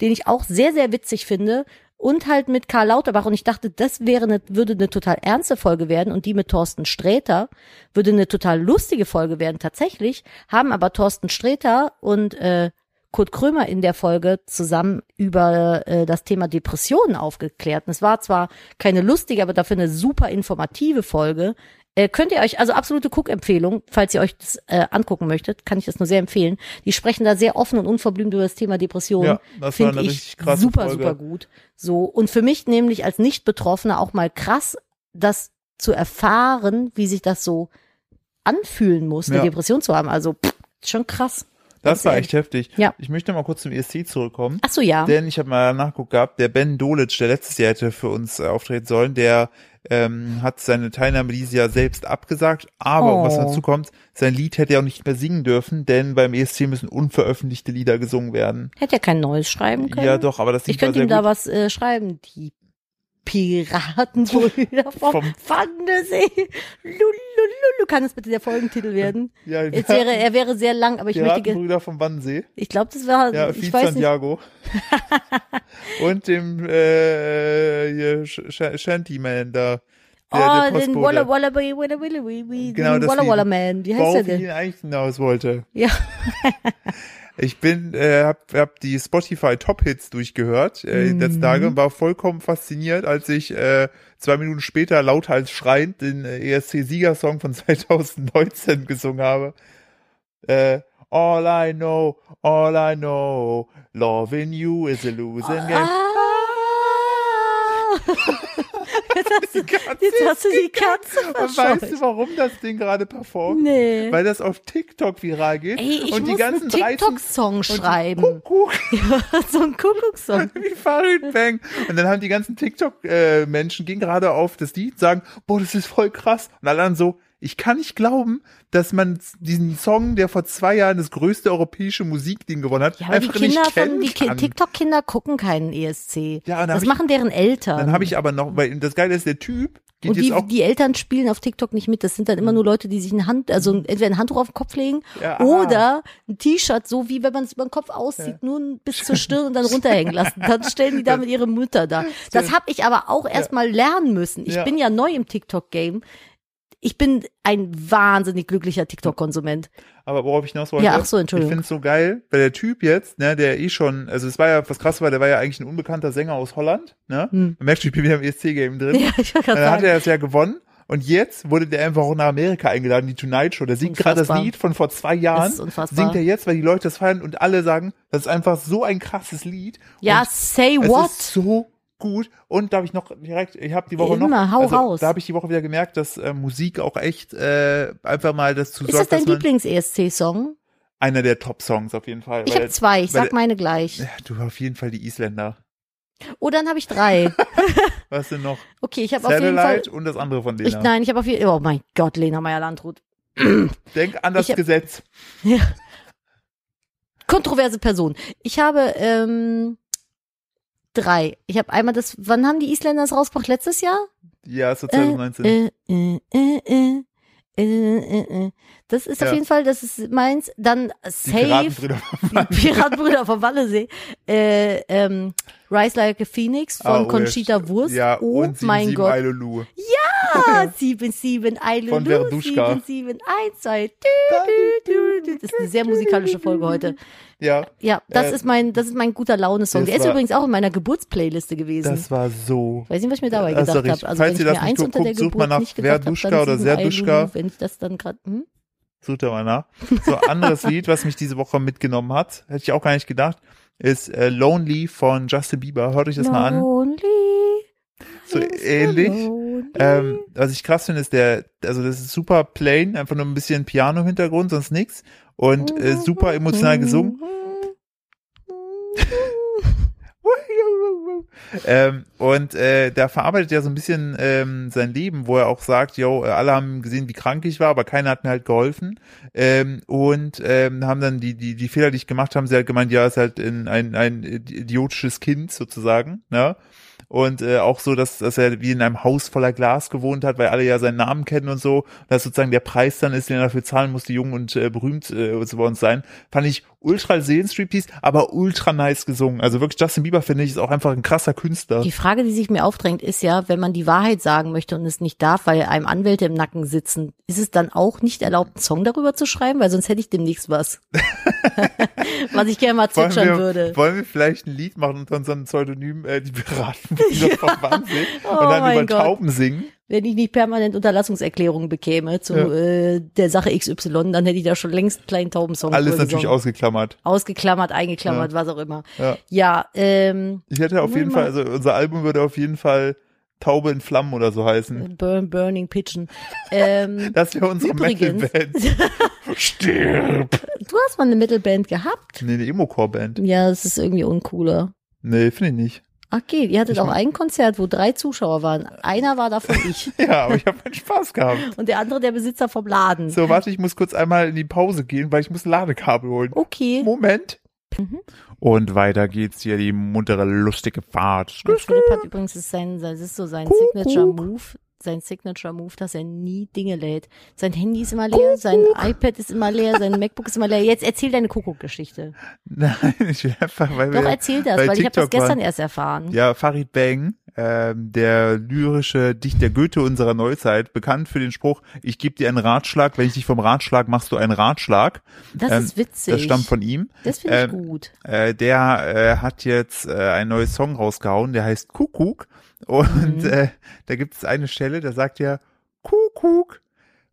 Speaker 2: den ich auch sehr, sehr witzig finde. Und halt mit Karl Lauterbach. Und ich dachte, das wäre eine, würde eine total ernste Folge werden. Und die mit Thorsten Sträter würde eine total lustige Folge werden, tatsächlich. Haben aber Thorsten Sträter und äh, Kurt Krömer in der Folge zusammen über äh, das Thema Depressionen aufgeklärt. Und es war zwar keine lustige, aber dafür eine super informative Folge. Äh, könnt ihr euch, also absolute Cook-Empfehlung, falls ihr euch das äh, angucken möchtet, kann ich das nur sehr empfehlen. Die sprechen da sehr offen und unverblümt über das Thema Depressionen.
Speaker 1: Ja, das war
Speaker 2: Find
Speaker 1: eine
Speaker 2: ich
Speaker 1: richtig krasse
Speaker 2: super,
Speaker 1: Folge.
Speaker 2: super gut. So. Und für mich nämlich als Nicht-Betroffener auch mal krass, das zu erfahren, wie sich das so anfühlen muss, eine
Speaker 1: Ja.
Speaker 2: Depression zu haben. Also, pff, schon krass.
Speaker 1: Das war echt heftig.
Speaker 2: Ja.
Speaker 1: Ich möchte mal kurz zum ESC zurückkommen.
Speaker 2: Ach so, ja.
Speaker 1: Denn ich habe mal nachguckt gehabt, der Ben Dolic, der letztes Jahr hätte für uns äh, auftreten sollen, der ähm, hat seine Teilnahme dieses Jahr selbst abgesagt. Aber
Speaker 2: Oh.
Speaker 1: was dazu kommt, sein Lied hätte er auch nicht mehr singen dürfen, denn beim ESC müssen unveröffentlichte Lieder gesungen werden.
Speaker 2: Hätte er kein neues schreiben können?
Speaker 1: Ja, doch, aber das
Speaker 2: Ich
Speaker 1: Lied war
Speaker 2: könnte
Speaker 1: sehr
Speaker 2: ihm da
Speaker 1: gut.
Speaker 2: was äh, schreiben. Die Piratenbrüder vom,
Speaker 1: Vom-
Speaker 2: Pfandesee. Lulululu. Kann es bitte der Folgentitel werden?
Speaker 1: Ja,
Speaker 2: Jetzt wäre, er wäre sehr lang, aber ich möchte, ge-
Speaker 1: Piratenbrüder vom Wannsee.
Speaker 2: ich glaube, das war,
Speaker 1: Ja,
Speaker 2: ich
Speaker 1: Feed
Speaker 2: weiß nicht,
Speaker 1: Santiago. Und dem äh, hier Sh- Sh- Shantyman da. Der, der
Speaker 2: oh, den
Speaker 1: Postbote.
Speaker 2: Walla Walla Walla Walla Walla Walla
Speaker 1: Genau,
Speaker 2: den
Speaker 1: das
Speaker 2: Walla
Speaker 1: Lied.
Speaker 2: Walla Man, wie heißt
Speaker 1: Worauf
Speaker 2: der
Speaker 1: ich
Speaker 2: denn?
Speaker 1: ihn eigentlich hinaus wollte.
Speaker 2: Ja,
Speaker 1: Ich bin, äh, hab, hab die Spotify Top Hits durchgehört äh, in
Speaker 2: Mhm.
Speaker 1: letzten Tage und war vollkommen fasziniert, als ich äh, zwei Minuten später lauthals schreiend den äh, ESC-Siegersong von 2019 gesungen habe. Äh, all I know, all I know, loving you is a losing game.
Speaker 2: Ah. jetzt hast du, jetzt hast du die Katze
Speaker 1: Und weißt
Speaker 2: verscheucht.
Speaker 1: du, warum das Ding gerade performt?
Speaker 2: Nee.
Speaker 1: Weil das auf TikTok viral geht.
Speaker 2: Ey, ich
Speaker 1: und die
Speaker 2: muss einen
Speaker 1: ganzen 13
Speaker 2: TikTok-Song
Speaker 1: und die-
Speaker 2: schreiben.
Speaker 1: Kuckuck.
Speaker 2: so ein Kuckucksong.
Speaker 1: Wie Farid Bang. Und dann haben die ganzen TikTok-Menschen gehen gerade auf das Lied, sagen, boah, das ist voll krass. Und alle anderen so, ich kann nicht glauben, dass man diesen Song, der vor zwei Jahren das größte europäische Musikding gewonnen hat,
Speaker 2: Ja, aber die
Speaker 1: einfach nicht
Speaker 2: Kinder von,
Speaker 1: kennen
Speaker 2: die Ki-
Speaker 1: kann.
Speaker 2: TikTok-Kinder gucken keinen ESC.
Speaker 1: Ja, dann hab
Speaker 2: das
Speaker 1: ich-
Speaker 2: machen deren Eltern.
Speaker 1: Dann habe ich aber noch, weil das Geile ist, der Typ geht
Speaker 2: und
Speaker 1: jetzt
Speaker 2: die,
Speaker 1: auch Mhm.
Speaker 2: die Eltern spielen auf TikTok nicht mit. Das sind dann immer nur Leute, die sich ein Hand, also entweder ein Handtuch auf den Kopf legen
Speaker 1: Ja, ah.
Speaker 2: oder ein T-Shirt, so wie wenn man es über den Kopf auszieht, nur bis zur Stirn und dann runterhängen lassen. Dann stellen die damit ihre Mütter da. Das habe ich aber auch erstmal lernen müssen. Ich
Speaker 1: Ja.
Speaker 2: bin ja neu im TikTok-Game. Ich bin ein wahnsinnig glücklicher TikTok-Konsument.
Speaker 1: Aber worauf ich hinaus wollte,
Speaker 2: Ja, ach so, Entschuldigung.
Speaker 1: ich finde es so geil, weil der Typ jetzt, ne, der eh schon, also es war ja, was krass war, der war ja eigentlich ein unbekannter Sänger aus Holland, ne? Man merkt schon, ich bin wieder im ESC-Game drin.
Speaker 2: Hm. Ja, ich wollte gerade
Speaker 1: Dann hat
Speaker 2: sagen.
Speaker 1: er das ja gewonnen und jetzt wurde der einfach auch nach Amerika eingeladen, die Tonight Show. Der singt gerade das
Speaker 2: Unfassbar.
Speaker 1: Lied von vor zwei Jahren.
Speaker 2: Das ist unfassbar.
Speaker 1: Singt er jetzt, weil die Leute das feiern und alle sagen, das ist einfach so ein krasses Lied.
Speaker 2: Ja,
Speaker 1: und
Speaker 2: say
Speaker 1: es
Speaker 2: what?
Speaker 1: ist so gut. Und da habe ich noch direkt, ich habe die Woche
Speaker 2: Immer,
Speaker 1: noch,
Speaker 2: hau
Speaker 1: also,
Speaker 2: raus.
Speaker 1: da habe ich die Woche wieder gemerkt, dass äh, Musik auch echt äh, einfach mal dazu
Speaker 2: Ist das
Speaker 1: sorgt,
Speaker 2: dein
Speaker 1: dass man
Speaker 2: Lieblings-ESC-Song?
Speaker 1: einer der Top-Songs auf jeden Fall.
Speaker 2: Ich
Speaker 1: weil-
Speaker 2: habe zwei, ich
Speaker 1: weil-
Speaker 2: sag meine gleich.
Speaker 1: Ja, du auf jeden Fall die Isländer.
Speaker 2: Oh, dann habe ich drei.
Speaker 1: Was denn noch?
Speaker 2: Okay, ich habe auf jeden Fall.
Speaker 1: Satellite und das andere von
Speaker 2: Ich,
Speaker 1: Lena.
Speaker 2: nein, ich habe auf jeden Fall. Oh mein Gott, Lena Meyer-Landrut.
Speaker 1: Denk an das
Speaker 2: Ich hab-
Speaker 1: Gesetz.
Speaker 2: Kontroverse Person. Ich habe ähm, drei. Ich habe einmal das. Wann haben die Isländer das rausgebracht? Letztes Jahr?
Speaker 1: Ja, ist so
Speaker 2: Äh,
Speaker 1: 2019.
Speaker 2: Äh, äh, äh, äh, äh, äh, äh. Das ist auf
Speaker 1: Ja.
Speaker 2: jeden Fall, das ist meins. Dann
Speaker 1: die
Speaker 2: Safe.
Speaker 1: Piratenbrüder.
Speaker 2: Die Piratenbrüder vom Wallensee. Äh, ähm, Rise Like a Phoenix von
Speaker 1: Ah, oh, ja,
Speaker 2: Conchita Wurst.
Speaker 1: Ja,
Speaker 2: oh
Speaker 1: und sieben,
Speaker 2: mein
Speaker 1: sieben
Speaker 2: Gott.
Speaker 1: Eile Lu.
Speaker 2: Ah, 77 Eile
Speaker 1: Von
Speaker 2: Lu,
Speaker 1: Verduschka.
Speaker 2: 77 1, 2. Du, du, du. Das ist eine sehr musikalische Folge heute.
Speaker 1: Ja,
Speaker 2: Ja, das
Speaker 1: Äh,
Speaker 2: ist mein, das ist mein guter Laune-Song.
Speaker 1: das
Speaker 2: Der ist
Speaker 1: war-
Speaker 2: übrigens auch in meiner Geburtsplayliste gewesen.
Speaker 1: das war so.
Speaker 2: weiß nicht, was ich mir dabei
Speaker 1: das ist doch
Speaker 2: gedacht
Speaker 1: richtig.
Speaker 2: habe.
Speaker 1: Falls
Speaker 2: Also wenn
Speaker 1: ihr
Speaker 2: ich
Speaker 1: das
Speaker 2: mir
Speaker 1: nicht
Speaker 2: eins unter der
Speaker 1: guckt, sucht
Speaker 2: Geburt
Speaker 1: mal nach
Speaker 2: nicht gedacht
Speaker 1: Verduschka
Speaker 2: hab, dann
Speaker 1: oder
Speaker 2: sieben Eile Lu,
Speaker 1: Serduschka.
Speaker 2: Wenn ich das dann gerade, hm?
Speaker 1: Sucht da mal nach. So ein anderes Lied, was mich diese Woche mitgenommen hat, hätte ich auch gar nicht gedacht, ist äh, Lonely von Justin Bieber. Hört euch das mal an.
Speaker 2: Lonely.
Speaker 1: So
Speaker 2: is
Speaker 1: ähnlich.
Speaker 2: lonely.
Speaker 1: Ähm, was ich krass finde, ist der, also das ist super plain, einfach nur ein bisschen Piano im Hintergrund, sonst nix. Und äh, super emotional gesungen. Ähm, und äh, da verarbeitet er so ein bisschen ähm, sein Leben, wo er auch sagt, yo, äh, alle haben gesehen, wie krank ich war, aber keiner hat mir halt geholfen. Ähm, und ähm, haben dann die, die, die Fehler, die ich gemacht habe, sie halt gemeint, ja, ist halt ein, ein, ein idiotisches Kind sozusagen, ne? Und äh, auch so, dass, dass er wie in einem Haus voller Glas gewohnt hat, weil alle ja seinen Namen kennen und so. Und dass sozusagen der Preis dann ist, den er dafür zahlen musste, jung und äh, berühmt äh, zu bei uns sein. Fand ich ultra Seelenstriptease, aber ultra nice gesungen. Also wirklich Justin Bieber, finde ich, ist auch einfach ein krasser Künstler.
Speaker 2: Die Frage, die sich mir aufdrängt, ist ja, wenn man die Wahrheit sagen möchte und es nicht darf, weil einem Anwälte im Nacken sitzen, ist es dann auch nicht erlaubt, einen Song darüber zu schreiben? Weil sonst hätte ich demnächst was. was ich gerne mal
Speaker 1: Wollen
Speaker 2: zwitschern
Speaker 1: wir,
Speaker 2: würde.
Speaker 1: wollen wir vielleicht ein Lied machen unter unserem Pseudonym, äh, die Piratenbrüder vom Wannsee
Speaker 2: Oh
Speaker 1: und dann
Speaker 2: mein
Speaker 1: über
Speaker 2: Gott.
Speaker 1: Tauben singen?
Speaker 2: Wenn ich nicht permanent Unterlassungserklärungen bekäme zu
Speaker 1: Ja.
Speaker 2: äh, der Sache XY, dann hätte ich da schon längst einen kleinen Taubensong
Speaker 1: Alles natürlich
Speaker 2: vorgesungen.
Speaker 1: ausgeklammert.
Speaker 2: ausgeklammert, eingeklammert, was auch immer.
Speaker 1: Ja.
Speaker 2: Ja, ähm,
Speaker 1: Ich hätte auf
Speaker 2: Wollen
Speaker 1: jeden
Speaker 2: wir
Speaker 1: Fall,
Speaker 2: mal-
Speaker 1: also unser Album würde auf jeden Fall Taube in Flammen oder so heißen.
Speaker 2: Burn, Burning Pigeon. Ähm,
Speaker 1: Das wäre unsere
Speaker 2: Übrigens.
Speaker 1: Metal-Band. Stirb!
Speaker 2: du hast mal eine Metalband gehabt?
Speaker 1: Nee, eine Emo-Core-Band.
Speaker 2: Ja, das ist irgendwie uncooler.
Speaker 1: Nee, finde ich nicht.
Speaker 2: Okay, ihr hattet
Speaker 1: Ich
Speaker 2: auch
Speaker 1: mein-
Speaker 2: ein Konzert, wo drei Zuschauer waren. Einer war davon ich
Speaker 1: Ja, aber ich habe meinen Spaß gehabt.
Speaker 2: und der andere der Besitzer vom Laden.
Speaker 1: So, warte, ich muss kurz einmal in die Pause gehen, weil ich muss ein Ladekabel holen.
Speaker 2: Okay. Mhm.
Speaker 1: Moment. Und weiter geht's hier, die muntere, lustige Fahrt.
Speaker 2: Und Philipp hat übrigens ist sein, das ist so sein
Speaker 1: Kuckuck.
Speaker 2: Signature Move, sein Signature Move, dass er nie Dinge lädt. Sein Handy ist immer leer, sein iPad ist immer leer, sein MacBook ist immer leer. Jetzt erzähl deine Kuckuck-Geschichte.
Speaker 1: Nein, ich will einfach, weil
Speaker 2: Doch
Speaker 1: wir
Speaker 2: erzähl das,
Speaker 1: bei
Speaker 2: weil ich habe das
Speaker 1: TikTok
Speaker 2: gestern
Speaker 1: waren.
Speaker 2: erst erfahren.
Speaker 1: Ja, Farid Bang, ähm, der lyrische Dichter Goethe unserer Neuzeit, bekannt für den Spruch, ich gebe dir einen Ratschlag, wenn ich dich vom Ratschlag machst du einen Ratschlag.
Speaker 2: Das
Speaker 1: ähm,
Speaker 2: ist witzig.
Speaker 1: Das stammt von ihm.
Speaker 2: Das finde ich
Speaker 1: ähm,
Speaker 2: gut.
Speaker 1: Äh, der äh, hat jetzt äh, ein neues Song rausgehauen, der heißt Kuckuck.
Speaker 2: Mhm.
Speaker 1: Und äh, da gibt es eine Stelle, da sagt er Kuckuck,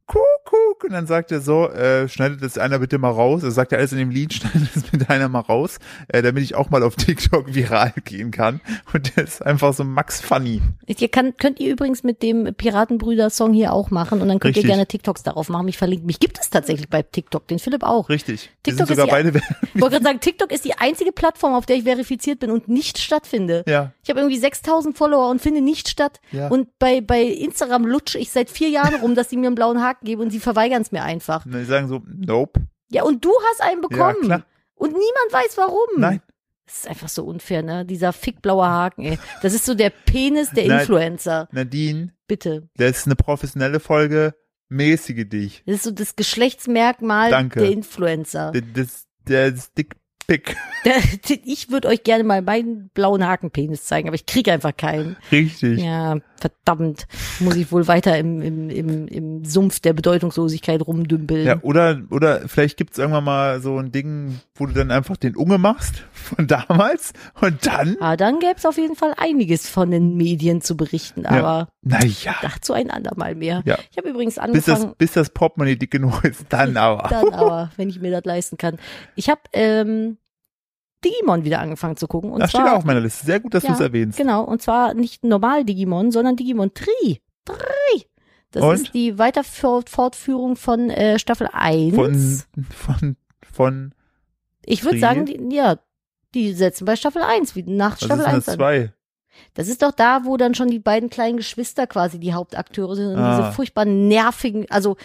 Speaker 1: Kuckuck. Und dann sagt er so, äh, schneidet das einer bitte mal raus. Er sagt ja alles in dem Lied, schneidet das bitte einer mal raus, äh, damit ich auch mal auf TikTok viral gehen kann. Und der ist einfach so Max Funny.
Speaker 2: Ihr kann, könnt ihr übrigens mit dem Piratenbrüder-Song hier auch machen und dann könnt
Speaker 1: Richtig.
Speaker 2: ihr gerne TikToks darauf machen. Mich verlinkt mich. Gibt es tatsächlich bei TikTok, den Philipp auch.
Speaker 1: Richtig. Wir
Speaker 2: TikTok
Speaker 1: sind sogar
Speaker 2: ist ja-
Speaker 1: beide.
Speaker 2: Ich wollte gerade sagen, TikTok ist die einzige Plattform, auf der ich verifiziert bin und nicht stattfinde.
Speaker 1: ja.
Speaker 2: Ich habe irgendwie 6000 Follower und finde nicht statt.
Speaker 1: Ja.
Speaker 2: Und bei, bei Instagram lutsche ich seit vier Jahren rum, dass sie mir einen blauen Haken geben und sie verweigern es mir einfach.
Speaker 1: Und die sagen so, nope.
Speaker 2: Ja, und du hast einen bekommen.
Speaker 1: Ja, klar.
Speaker 2: Und niemand weiß warum.
Speaker 1: Nein.
Speaker 2: Das ist einfach so unfair, ne? Dieser fickblaue Haken, ey. Das ist so der Penis der
Speaker 1: Nein.
Speaker 2: Influencer.
Speaker 1: Nadine,
Speaker 2: Bitte.
Speaker 1: das ist eine professionelle Folge. Mäßige dich.
Speaker 2: Das ist so das Geschlechtsmerkmal
Speaker 1: Danke.
Speaker 2: der Influencer.
Speaker 1: D- Das, das Dickpick.
Speaker 2: Ich würde euch gerne mal meinen blauen Hakenpenis zeigen, aber ich krieg einfach keinen.
Speaker 1: Richtig.
Speaker 2: Ja, verdammt. Muss ich wohl weiter im, im, im, im Sumpf der Bedeutungslosigkeit rumdümpeln.
Speaker 1: Ja, oder, oder vielleicht gibt's irgendwann mal so ein Ding, wo du dann einfach den Unge machst von damals und dann,
Speaker 2: Ah, dann gäbe es auf jeden Fall einiges von den Medien zu berichten, aber
Speaker 1: naja,
Speaker 2: dazu ein andermal mehr.
Speaker 1: Ja.
Speaker 2: Ich habe
Speaker 1: bis
Speaker 2: übrigens
Speaker 1: das,
Speaker 2: angefangen,
Speaker 1: bis das Portemonnaie dick genug ist, dann aber.
Speaker 2: dann aber, wenn ich mir das leisten kann. Ich habe ähm, Digimon wieder angefangen zu gucken. Und
Speaker 1: Das steht
Speaker 2: zwar,
Speaker 1: auch auf meiner Liste. Sehr gut, dass
Speaker 2: Ja,
Speaker 1: du es erwähnst.
Speaker 2: Genau, und zwar nicht normal Digimon, sondern Digimon Tri. Tri. Das
Speaker 1: Und?
Speaker 2: ist die Weiterfortführung von äh, Staffel 1.
Speaker 1: Von, von, von,
Speaker 2: ich würde
Speaker 1: Tri?
Speaker 2: sagen, die, ja, die setzen bei Staffel 1, wie nach
Speaker 1: was ist denn
Speaker 2: Staffel 1
Speaker 1: das?
Speaker 2: an.
Speaker 1: Zwei.
Speaker 2: Das ist doch da, wo dann schon die beiden kleinen Geschwister quasi die Hauptakteure sind und
Speaker 1: Ah.
Speaker 2: diese furchtbar nervigen, also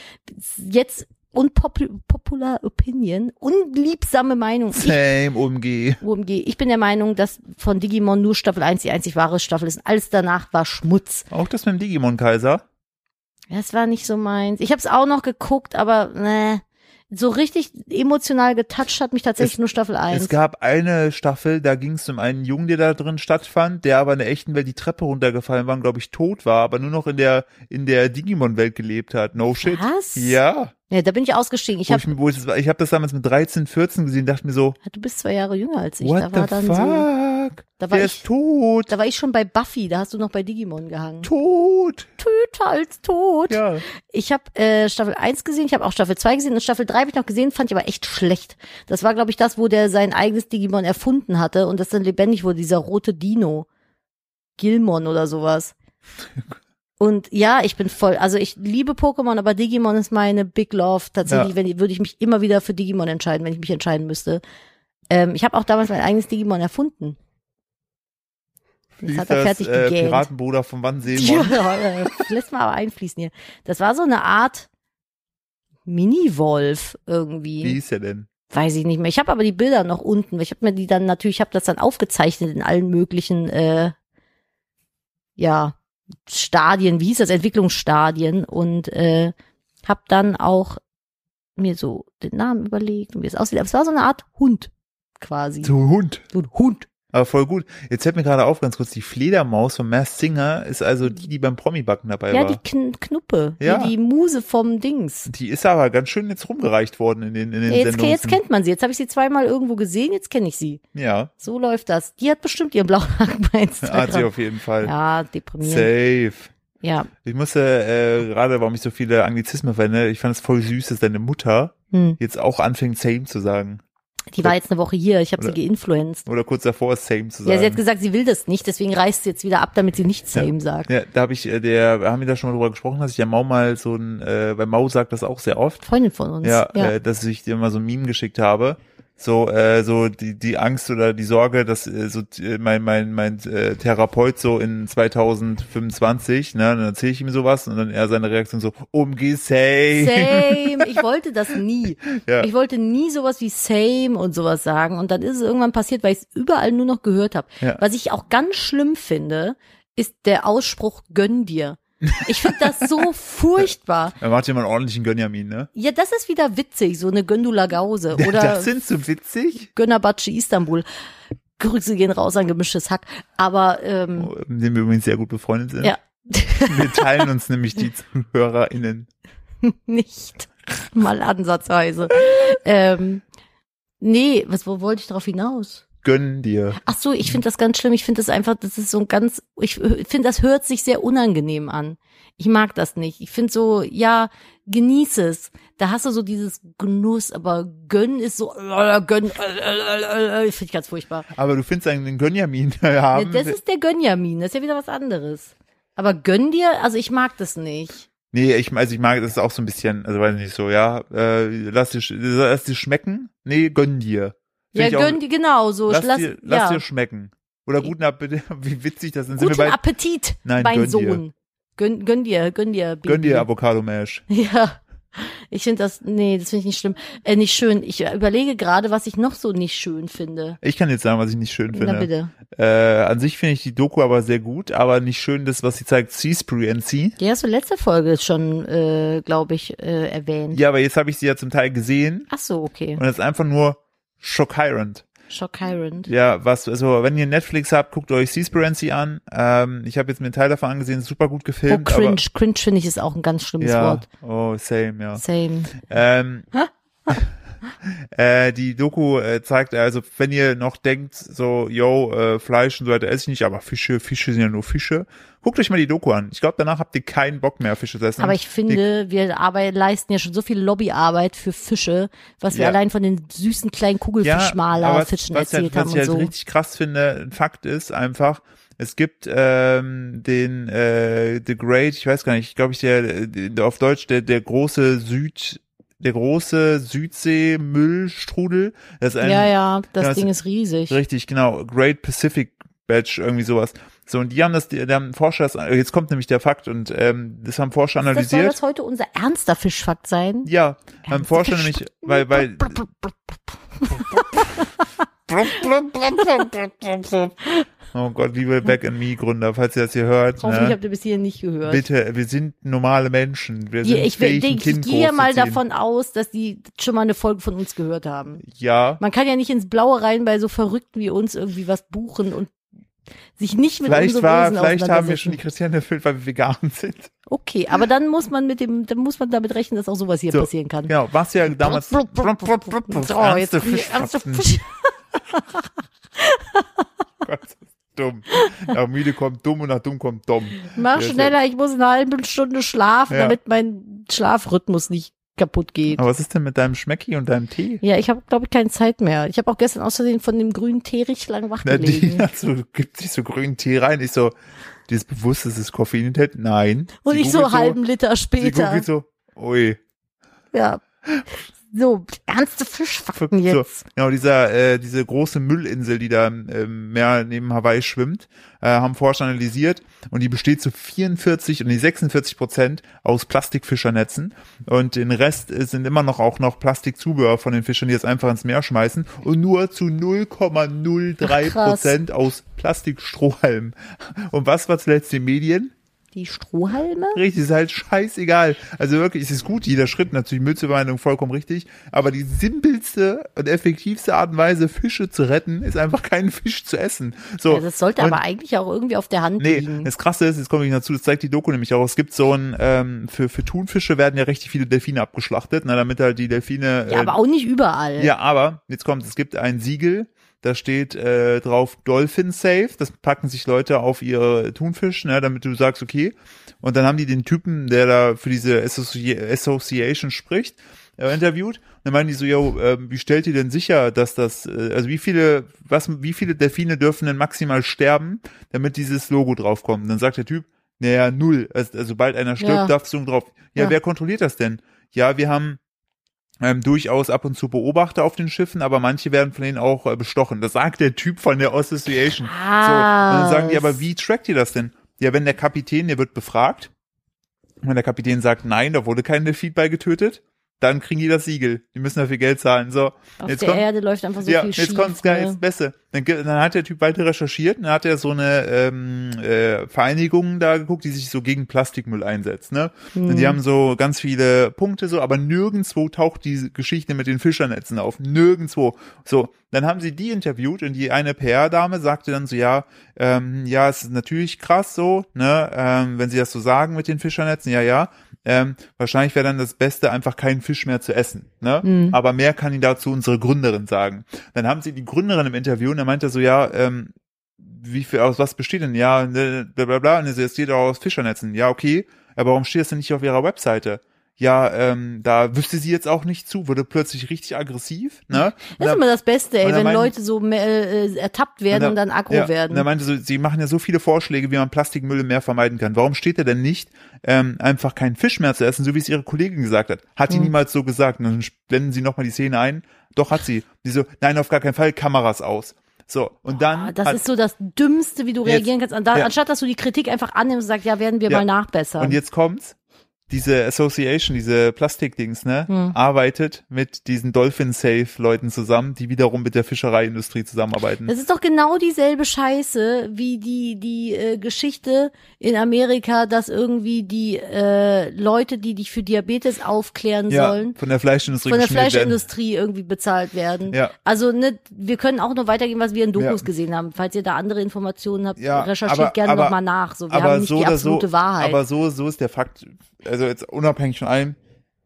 Speaker 2: jetzt unpopular Opinion, unliebsame Meinung. Ich,
Speaker 1: Same OMG.
Speaker 2: OMG, ich bin der Meinung, dass von Digimon nur Staffel 1 die einzig wahre Staffel ist. Alles danach war Schmutz.
Speaker 1: Auch das mit dem Digimon-Kaiser.
Speaker 2: Das war nicht so meins. Ich habe es auch noch geguckt, aber ne, so richtig emotional getoucht hat mich tatsächlich
Speaker 1: Es-
Speaker 2: nur Staffel 1.
Speaker 1: Es gab eine Staffel, da ging es um einen Jungen, der da drin stattfand, der aber in der echten Welt die Treppe runtergefallen war und, glaube ich, tot war, aber nur noch in der, in der Digimon-Welt gelebt hat. No shit.
Speaker 2: Was?
Speaker 1: Ja.
Speaker 2: Ja, da bin ich ausgestiegen. Ich
Speaker 1: wo
Speaker 2: hab,
Speaker 1: ich, mir- wo ich, das, ich habe das damals mit 13, 14 gesehen, dachte mir so,
Speaker 2: Ah, du bist zwei Jahre jünger als ich.
Speaker 1: what
Speaker 2: da war
Speaker 1: the
Speaker 2: dann
Speaker 1: fuck?
Speaker 2: so. Da war
Speaker 1: der
Speaker 2: ich-
Speaker 1: ist tot.
Speaker 2: Da war ich schon bei Buffy, da hast du noch bei Digimon gehangen.
Speaker 1: Tot.
Speaker 2: Töter als tot.
Speaker 1: Ja.
Speaker 2: Ich habe äh, Staffel 1 gesehen, ich habe auch Staffel 2 gesehen und Staffel 3 habe ich noch gesehen, fand ich aber echt schlecht. Das war, glaube ich, das, wo der sein eigenes Digimon erfunden hatte und das dann lebendig wurde, dieser rote Dino. Gilmon oder sowas. Und ja, ich bin voll, also ich liebe Pokémon, aber Digimon ist meine Big Love.
Speaker 1: Ja.
Speaker 2: Tatsächlich wenn, würde ich mich immer wieder für Digimon entscheiden, wenn ich mich entscheiden müsste. Ähm, ich habe auch damals mein eigenes Digimon erfunden.
Speaker 1: Wie
Speaker 2: Jetzt
Speaker 1: ist
Speaker 2: hat er
Speaker 1: das
Speaker 2: fertig
Speaker 1: äh,
Speaker 2: gegähnt.
Speaker 1: Piratenbruder vom Wannseemon?
Speaker 2: Ja, lässt mal aber einfließen hier. Das war so eine Art Mini-Wolf irgendwie.
Speaker 1: Wie ist er denn?
Speaker 2: Weiß ich nicht mehr. Ich habe aber die Bilder noch unten. weil Ich habe mir die dann natürlich, ich habe das dann aufgezeichnet in allen möglichen, äh, ja, Stadien, wie hieß das, Entwicklungsstadien und äh, habe dann auch mir so den Namen überlegt und wie es aussieht. Aber es war so eine Art Hund quasi.
Speaker 1: So ein Hund.
Speaker 2: So ein Hund.
Speaker 1: Aber voll gut. Jetzt fällt mir gerade auf, ganz kurz, die Fledermaus von Mass Singer ist also die, die beim Promi-Backen dabei
Speaker 2: Ja,
Speaker 1: war.
Speaker 2: die Kn Knuppe,
Speaker 1: Ja.
Speaker 2: Hier die Muse vom Dings.
Speaker 1: Die ist aber ganz schön jetzt rumgereicht worden in den, in den
Speaker 2: Ja, Jetzt,
Speaker 1: Sendungen.
Speaker 2: jetzt kennt man sie. Jetzt habe ich sie zweimal irgendwo gesehen, jetzt kenne ich sie.
Speaker 1: ja,
Speaker 2: So läuft das. Die hat bestimmt ihren blauen Haken bei
Speaker 1: hat sie
Speaker 2: Instagram.
Speaker 1: auf jeden Fall.
Speaker 2: Ja, deprimierend.
Speaker 1: Safe.
Speaker 2: Ja.
Speaker 1: Ich musste äh, gerade, warum ich so viele Anglizismen verwende, ich fand es voll süß, dass deine Mutter
Speaker 2: Hm.
Speaker 1: jetzt auch anfängt, same zu sagen.
Speaker 2: Die war jetzt eine Woche hier, ich habe sie
Speaker 1: Oder-
Speaker 2: geinfluenced.
Speaker 1: Oder kurz davor, same zu sagen.
Speaker 2: Ja, sie hat gesagt, sie will das nicht, deswegen reist sie jetzt wieder ab, damit sie nicht same sagt.
Speaker 1: Ja, da habe ich, äh, der, haben wir da schon mal drüber gesprochen, dass ich ja Mau mal so ein, äh, bei Mau sagt das auch sehr oft,
Speaker 2: Freundin von uns.
Speaker 1: ja, Äh, dass ich dir mal so ein Meme geschickt habe. So, äh, so die, die Angst oder die Sorge, dass äh, so äh, mein, mein, mein äh, Therapeut so in 2025, ne, dann erzähle ich ihm sowas und dann er seine Reaktion so, umgeh safe.
Speaker 2: Same. Ich wollte das nie.
Speaker 1: Ja.
Speaker 2: Ich wollte nie sowas wie same und sowas sagen. Und dann ist es irgendwann passiert, weil ich es überall nur noch gehört habe.
Speaker 1: Ja.
Speaker 2: Was ich auch ganz schlimm finde, ist der Ausspruch gönn dir. Ich finde das so furchtbar.
Speaker 1: Er macht ja mal einen ordentlichen Gönjamin, ne?
Speaker 2: Ja, das ist wieder witzig, so eine Göndula Gause oder
Speaker 1: das sind so witzig.
Speaker 2: Gönnerbatsche Istanbul. Grüße gehen raus an gemischtes Hack. Aber ähm,
Speaker 1: Mit dem wir übrigens sehr gut befreundet sind.
Speaker 2: ja,
Speaker 1: Wir teilen uns nämlich die ZuhörerInnen.
Speaker 2: nicht mal ansatzweise. ähm, nee, was, wo wollte ich darauf hinaus?
Speaker 1: Gönn dir.
Speaker 2: Ach so, ich finde das ganz schlimm. Ich finde das einfach, das ist so ein ganz, ich finde, das hört sich sehr unangenehm an. Ich mag das nicht. Ich finde so, ja, genieße es. Da hast du so dieses Genuss, aber gönn ist so, äh, gönn, äh, äh, äh, äh, finde ich ganz furchtbar.
Speaker 1: Aber du findest einen Gönjamin haben.
Speaker 2: das ist der Gönjamin, das ist ja wieder was anderes. Aber gönn dir, also ich mag das nicht.
Speaker 1: nee, ich, also ich mag das ist auch so ein bisschen, also weiß nicht so, ja, äh, lass dir, sch- lass dir schmecken. Nee, gönn dir. Find ich
Speaker 2: ja,
Speaker 1: auch-
Speaker 2: gönn dir, genau so.
Speaker 1: lass,
Speaker 2: Lass-
Speaker 1: dir, lass
Speaker 2: ja.
Speaker 1: dir schmecken. Oder guten Appetit, wie witzig das sind. Sind wir
Speaker 2: Guten
Speaker 1: bei,
Speaker 2: Appetit,
Speaker 1: Nein,
Speaker 2: mein
Speaker 1: gönn dir.
Speaker 2: Sohn. Gönn, gönn dir, gönn dir. Baby.
Speaker 1: gönn dir Avocado Mash.
Speaker 2: Ja. Ich finde das, nee, das finde ich nicht schlimm, äh, nicht schön. Ich überlege gerade, was ich noch so nicht schön finde.
Speaker 1: Ich kann jetzt sagen, was ich nicht schön
Speaker 2: Na
Speaker 1: finde.
Speaker 2: bitte.
Speaker 1: Äh, an sich finde ich die Doku aber sehr gut, aber nicht schön das, was sie zeigt, Seaspree NC.
Speaker 2: Die hast du letzte Folge schon, äh, glaube ich, äh, erwähnt.
Speaker 1: Ja, aber jetzt habe ich sie ja zum Teil gesehen
Speaker 2: Ach so, okay.
Speaker 1: und es ist einfach nur schockierend.
Speaker 2: Schockierend.
Speaker 1: Ja, was, also wenn ihr Netflix habt, guckt euch Seaspirancy an. Ähm, ich habe jetzt mir einen Teil davon angesehen, ist super gut
Speaker 2: Oh,
Speaker 1: gefilmt.
Speaker 2: cringe. Cringe finde ich ist auch ein ganz
Speaker 1: Aber,
Speaker 2: schlimmes
Speaker 1: ja,
Speaker 2: Wort.
Speaker 1: oh, same, ja.
Speaker 2: Same.
Speaker 1: Ähm, äh, die Doku äh, zeigt also, wenn ihr noch denkt, so, yo, äh, Fleisch und so weiter esse ich nicht, aber Fische, Fische sind ja nur Fische. Guckt euch mal die Doku an. Ich glaube, danach habt ihr keinen Bock mehr, Fische zu essen.
Speaker 2: Aber ich finde, wir arbeit, leisten ja schon so viel Lobbyarbeit für Fische, was wir
Speaker 1: Ja.
Speaker 2: allein von den süßen kleinen
Speaker 1: aber
Speaker 2: Kugelfischmalerfischen
Speaker 1: was,
Speaker 2: erzählt
Speaker 1: ich halt,
Speaker 2: haben
Speaker 1: was
Speaker 2: und
Speaker 1: ich halt
Speaker 2: so.
Speaker 1: richtig krass finde, ein Fakt ist einfach, es gibt ähm, den äh, The Great, ich weiß gar nicht, glaube ich, der, der auf Deutsch der der große Süd der große Südsee-Müllstrudel. Das ist ein
Speaker 2: ja, ja, das
Speaker 1: Ja, es-
Speaker 2: Ding ist riesig.
Speaker 1: Richtig, genau. Great Pacific Badge, irgendwie sowas. So, und die haben das, die, die haben Forscher, das- jetzt kommt nämlich der Fakt, und ähm, das haben Forscher
Speaker 2: Das soll
Speaker 1: analysiert.
Speaker 2: das heute unser ernster Fischfakt sein?
Speaker 1: ja, haben Forscher nämlich, weil, weil, oh Gott, liebe Back and Me Gründer, falls ihr das hier hört,
Speaker 2: Hoffentlich
Speaker 1: ne,
Speaker 2: habt ihr bis hierhin nicht gehört.
Speaker 1: bitte, wir sind normale Menschen, wir
Speaker 2: Die,
Speaker 1: sind
Speaker 2: ich
Speaker 1: fähig, ein
Speaker 2: denk- ich
Speaker 1: Kind
Speaker 2: gehe ja mal
Speaker 1: großzuziehen.
Speaker 2: davon aus, dass die schon mal eine Folge von uns gehört haben.
Speaker 1: Ja,
Speaker 2: Man kann ja nicht ins Blaue rein bei so Verrückten wie uns irgendwie was buchen und sich nicht mit
Speaker 1: vielleicht
Speaker 2: unserem
Speaker 1: war,
Speaker 2: Wesen
Speaker 1: vielleicht haben wir
Speaker 2: auseinandersetzen.
Speaker 1: schon die Kriterien erfüllt, weil wir vegan sind.
Speaker 2: Okay, aber dann muss man mit dem, dann muss man damit rechnen, dass auch sowas hier
Speaker 1: So,
Speaker 2: passieren kann.
Speaker 1: Genau, was ja damals,
Speaker 2: Oh, jetzt
Speaker 1: ernste
Speaker 2: kommen die ernste
Speaker 1: Fischfakten.
Speaker 2: Fisch-
Speaker 1: Gott, das ist dumm. Nach müde kommt dumm und nach dumm kommt dumm.
Speaker 2: Mach
Speaker 1: Ja, sehr-
Speaker 2: schneller, ich muss in einer halben Stunde schlafen,
Speaker 1: Ja. Oh.
Speaker 2: damit mein Schlafrhythmus nicht kaputt geht.
Speaker 1: Aber was ist denn mit deinem Schmecki und deinem Tee?
Speaker 2: Ja, ich habe, glaube ich, keine Zeit mehr. Ich habe auch gestern aus Versehen von dem grünen Tee richtig lang wach gelegen.
Speaker 1: Nadine hat so, Ne, also, gibt sich so grünen Tee rein. Ich so, dieses Bewusst, dass es Koffein enthält? Nein.
Speaker 2: Und
Speaker 1: Sie
Speaker 2: ich so
Speaker 1: googelt
Speaker 2: halben Liter
Speaker 1: Sie
Speaker 2: später.
Speaker 1: googelt so, ui.
Speaker 2: Ja. So, ernste Fischfakten
Speaker 1: So,
Speaker 2: jetzt.
Speaker 1: genau, dieser, äh, diese große Müllinsel, die da im ähm, Meer neben Hawaii schwimmt, äh, haben Forscher analysiert und die besteht zu 44 und die 46 Prozent aus Plastikfischernetzen und den Rest äh, sind immer noch auch noch Plastikzubehör von den Fischern, die das einfach ins Meer schmeißen und nur zu 0,03
Speaker 2: Ach, krass.
Speaker 1: Prozent aus Plastikstrohhalmen. Und was war zuletzt die Medien?
Speaker 2: Die Strohhalme?
Speaker 1: Richtig, ist halt scheißegal. Also wirklich, es ist gut, jeder Schritt, natürlich Müllzubehandlung vollkommen richtig, aber die simpelste und effektivste Art und Weise, Fische zu retten, ist einfach keinen Fisch zu essen. So.
Speaker 2: Ja, das sollte
Speaker 1: und
Speaker 2: aber eigentlich auch irgendwie auf der Hand
Speaker 1: Nee,
Speaker 2: liegen.
Speaker 1: das krasse ist, jetzt komme ich dazu, das zeigt die Doku nämlich auch. Es gibt so ein, ähm, für, für Thunfische werden ja richtig viele Delfine abgeschlachtet, na, damit halt die Delfine.
Speaker 2: Ja,
Speaker 1: äh,
Speaker 2: aber auch nicht überall.
Speaker 1: ja, aber jetzt kommt, es gibt ein Siegel, da steht äh, drauf Dolphin Safe. Das packen sich Leute auf ihre Thunfisch, ne, damit du sagst, okay. Und dann haben die den Typen, der da für diese Associ Association spricht, äh, interviewt. Dann meinen die so, yo, äh, wie stellt ihr denn sicher, dass das, äh, also wie viele, was, wie viele Delfine dürfen denn maximal sterben, damit dieses Logo draufkommt? Und dann sagt der Typ, naja, null. Also, also sobald einer stirbt,
Speaker 2: Ja.
Speaker 1: darfst du drauf. Ja,
Speaker 2: Ja.
Speaker 1: wer kontrolliert das denn? Ja, wir haben ähm, durchaus ab und zu Beobachter auf den Schiffen, aber manche werden von denen auch äh, bestochen. Das sagt der Typ von der Association. So, und dann sagen die,
Speaker 2: Krass.
Speaker 1: aber wie trackt ihr das denn? Ja, wenn der Kapitän, der wird befragt. Und wenn der Kapitän sagt, nein, da wurde kein Delfin bei getötet, dann kriegen die das Siegel. Die müssen dafür Geld zahlen. So,
Speaker 2: Auf
Speaker 1: jetzt
Speaker 2: der
Speaker 1: kommt,
Speaker 2: Erde läuft einfach so
Speaker 1: ja,
Speaker 2: viel
Speaker 1: jetzt
Speaker 2: schief.
Speaker 1: kommt's geil,
Speaker 2: ne?
Speaker 1: jetzt besser. Dann, ge- dann hat der Typ weiter recherchiert und dann hat er so eine ähm, äh, Vereinigung da geguckt, die sich so gegen Plastikmüll einsetzt. Ne? Und
Speaker 2: Hm.
Speaker 1: die haben so ganz viele Punkte so, aber nirgendwo taucht diese Geschichte mit den Fischernetzen auf. Nirgendwo. So, dann haben sie die interviewt und die eine PR-Dame sagte dann so, ja, ähm, ja, es ist natürlich krass so, ne, ähm, wenn sie das so sagen mit den Fischernetzen, ja, ja. Ähm, wahrscheinlich wäre dann das Beste, einfach keinen Fisch mehr zu essen. Ne?
Speaker 2: Hm.
Speaker 1: Aber mehr kann ihnen dazu unsere Gründerin sagen. Dann haben sie die Gründerin im Interview und dann meinte er so, ja, ähm, wie viel, aus was besteht denn? Ja, ne, bla bla bla, und es steht auch aus Fischernetzen. Ja, okay, aber warum steht das denn nicht auf ihrer Webseite? Ja, ähm, da wüsste sie jetzt auch nicht zu, wurde plötzlich richtig aggressiv, ne? Und
Speaker 2: Das ist
Speaker 1: dann-
Speaker 2: immer das Beste,
Speaker 1: und
Speaker 2: ey,
Speaker 1: dann
Speaker 2: wenn
Speaker 1: meinen-
Speaker 2: Leute so äh, äh, ertappt werden und,
Speaker 1: da-
Speaker 2: dann aggro
Speaker 1: ja,
Speaker 2: werden.
Speaker 1: Und er meinte so, sie machen ja so viele Vorschläge, wie man Plastikmüll mehr vermeiden kann. Warum steht er denn nicht, ähm, einfach keinen Fisch mehr zu essen, so wie es ihre Kollegin gesagt hat? Hat
Speaker 2: Mhm.
Speaker 1: die niemals so gesagt? Und dann blenden sie nochmal die Szene ein. Doch hat sie. Die so, nein, auf gar keinen Fall, Kameras aus. So, und dann.
Speaker 2: Ah, das
Speaker 1: hat,
Speaker 2: ist so das Dümmste, wie du
Speaker 1: Jetzt-
Speaker 2: reagieren kannst. An- da-
Speaker 1: ja.
Speaker 2: Anstatt, dass du die Kritik einfach annimmst und sagst, ja, werden wir
Speaker 1: Ja.
Speaker 2: mal nachbessern.
Speaker 1: Und jetzt kommt's. Diese Association, diese Plastikdings, ne,
Speaker 2: Hm.
Speaker 1: arbeitet mit diesen Dolphin Safe Leuten zusammen, die wiederum mit der Fischereiindustrie zusammenarbeiten.
Speaker 2: das ist doch genau dieselbe Scheiße wie die die äh, Geschichte in Amerika, dass irgendwie die äh, Leute, die dich für Diabetes aufklären sollen,
Speaker 1: von der Fleischindustrie
Speaker 2: von der
Speaker 1: geschmiert werden.
Speaker 2: Fleischindustrie irgendwie bezahlt werden.
Speaker 1: Ja.
Speaker 2: Also ne, wir können auch nur weitergeben, was wir in Dokus
Speaker 1: Ja.
Speaker 2: gesehen haben. Falls ihr da andere Informationen habt,
Speaker 1: Ja, aber-
Speaker 2: recherchiert gerne
Speaker 1: aber-
Speaker 2: nochmal nach. So, wir
Speaker 1: aber
Speaker 2: haben nicht
Speaker 1: so
Speaker 2: die
Speaker 1: oder
Speaker 2: absolute
Speaker 1: so,
Speaker 2: Wahrheit.
Speaker 1: Aber so, so ist der Fakt. Also jetzt unabhängig von allem,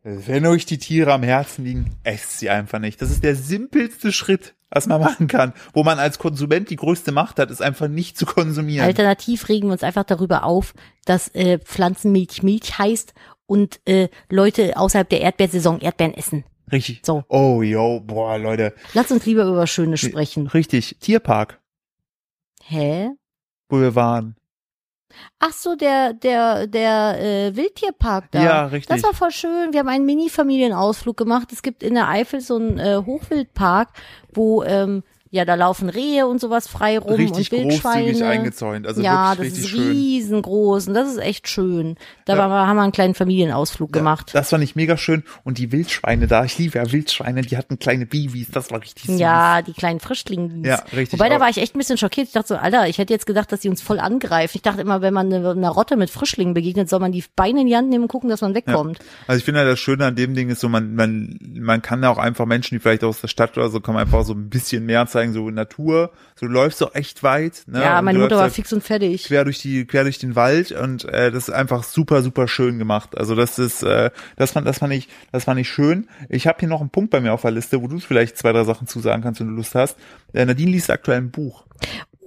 Speaker 1: wenn euch die Tiere am Herzen liegen, esst sie einfach nicht. Das ist der simpelste Schritt, was man machen kann. Wo man als Konsument die größte Macht hat, ist einfach nicht zu konsumieren.
Speaker 2: Alternativ regen wir uns einfach darüber auf, dass äh, Pflanzenmilch Milch heißt und äh, Leute außerhalb der Erdbeersaison Erdbeeren essen.
Speaker 1: Richtig.
Speaker 2: So.
Speaker 1: Oh, yo, boah, Leute.
Speaker 2: Lass uns lieber über Schönes sprechen.
Speaker 1: Richtig. Tierpark,
Speaker 2: Hä?
Speaker 1: wo wir waren.
Speaker 2: Ach so, der der der äh, Wildtierpark da.
Speaker 1: Ja, richtig.
Speaker 2: Das war voll schön. Wir haben einen Mini-Familienausflug gemacht. Es gibt in der Eifel so einen äh, Hochwildpark, wo ähm, ja da laufen Rehe und sowas frei rum
Speaker 1: richtig
Speaker 2: und Wildschweine.
Speaker 1: großzügig eingezäunt. Also
Speaker 2: ja, das
Speaker 1: wirklich richtig
Speaker 2: ist
Speaker 1: schön.
Speaker 2: riesengroß und das ist echt schön. Da
Speaker 1: Ja.
Speaker 2: waren wir- haben wir einen kleinen Familienausflug gemacht.
Speaker 1: Das fand ich mega schön. Und die Wildschweine da, ich liebe ja Wildschweine, die hatten kleine Babys, das war richtig süß.
Speaker 2: Ja, die kleinen Frischlinge.
Speaker 1: Ja, richtig,
Speaker 2: Wobei, da
Speaker 1: auch.
Speaker 2: war ich echt ein bisschen schockiert. Ich dachte so, Alter, ich hätte jetzt gedacht, dass die uns voll angreifen. Ich dachte immer, wenn man eine- einer Rotte mit Frischlingen begegnet, soll man die Beine in die Hand nehmen und gucken, dass man wegkommt.
Speaker 1: Also ich finde halt das Schöne an dem Ding ist so, man, man, man kann ja auch einfach Menschen, die vielleicht aus der Stadt oder so kommen, einfach so ein bisschen mehr zeigen, so Natur. So du läufst doch echt weit. Ne?
Speaker 2: Ja,
Speaker 1: Und
Speaker 2: meine
Speaker 1: du
Speaker 2: Mutter
Speaker 1: läufst
Speaker 2: war
Speaker 1: halt
Speaker 2: fix und fertig.
Speaker 1: quer durch die quer durch den Wald und äh, das ist einfach super super schön gemacht. Also das ist äh, das fand das fand ich das fand ich schön. Ich habe hier noch einen Punkt bei mir auf der Liste, wo du vielleicht zwei drei Sachen zusagen kannst, wenn du Lust hast. Äh, Nadine liest aktuell ein Buch.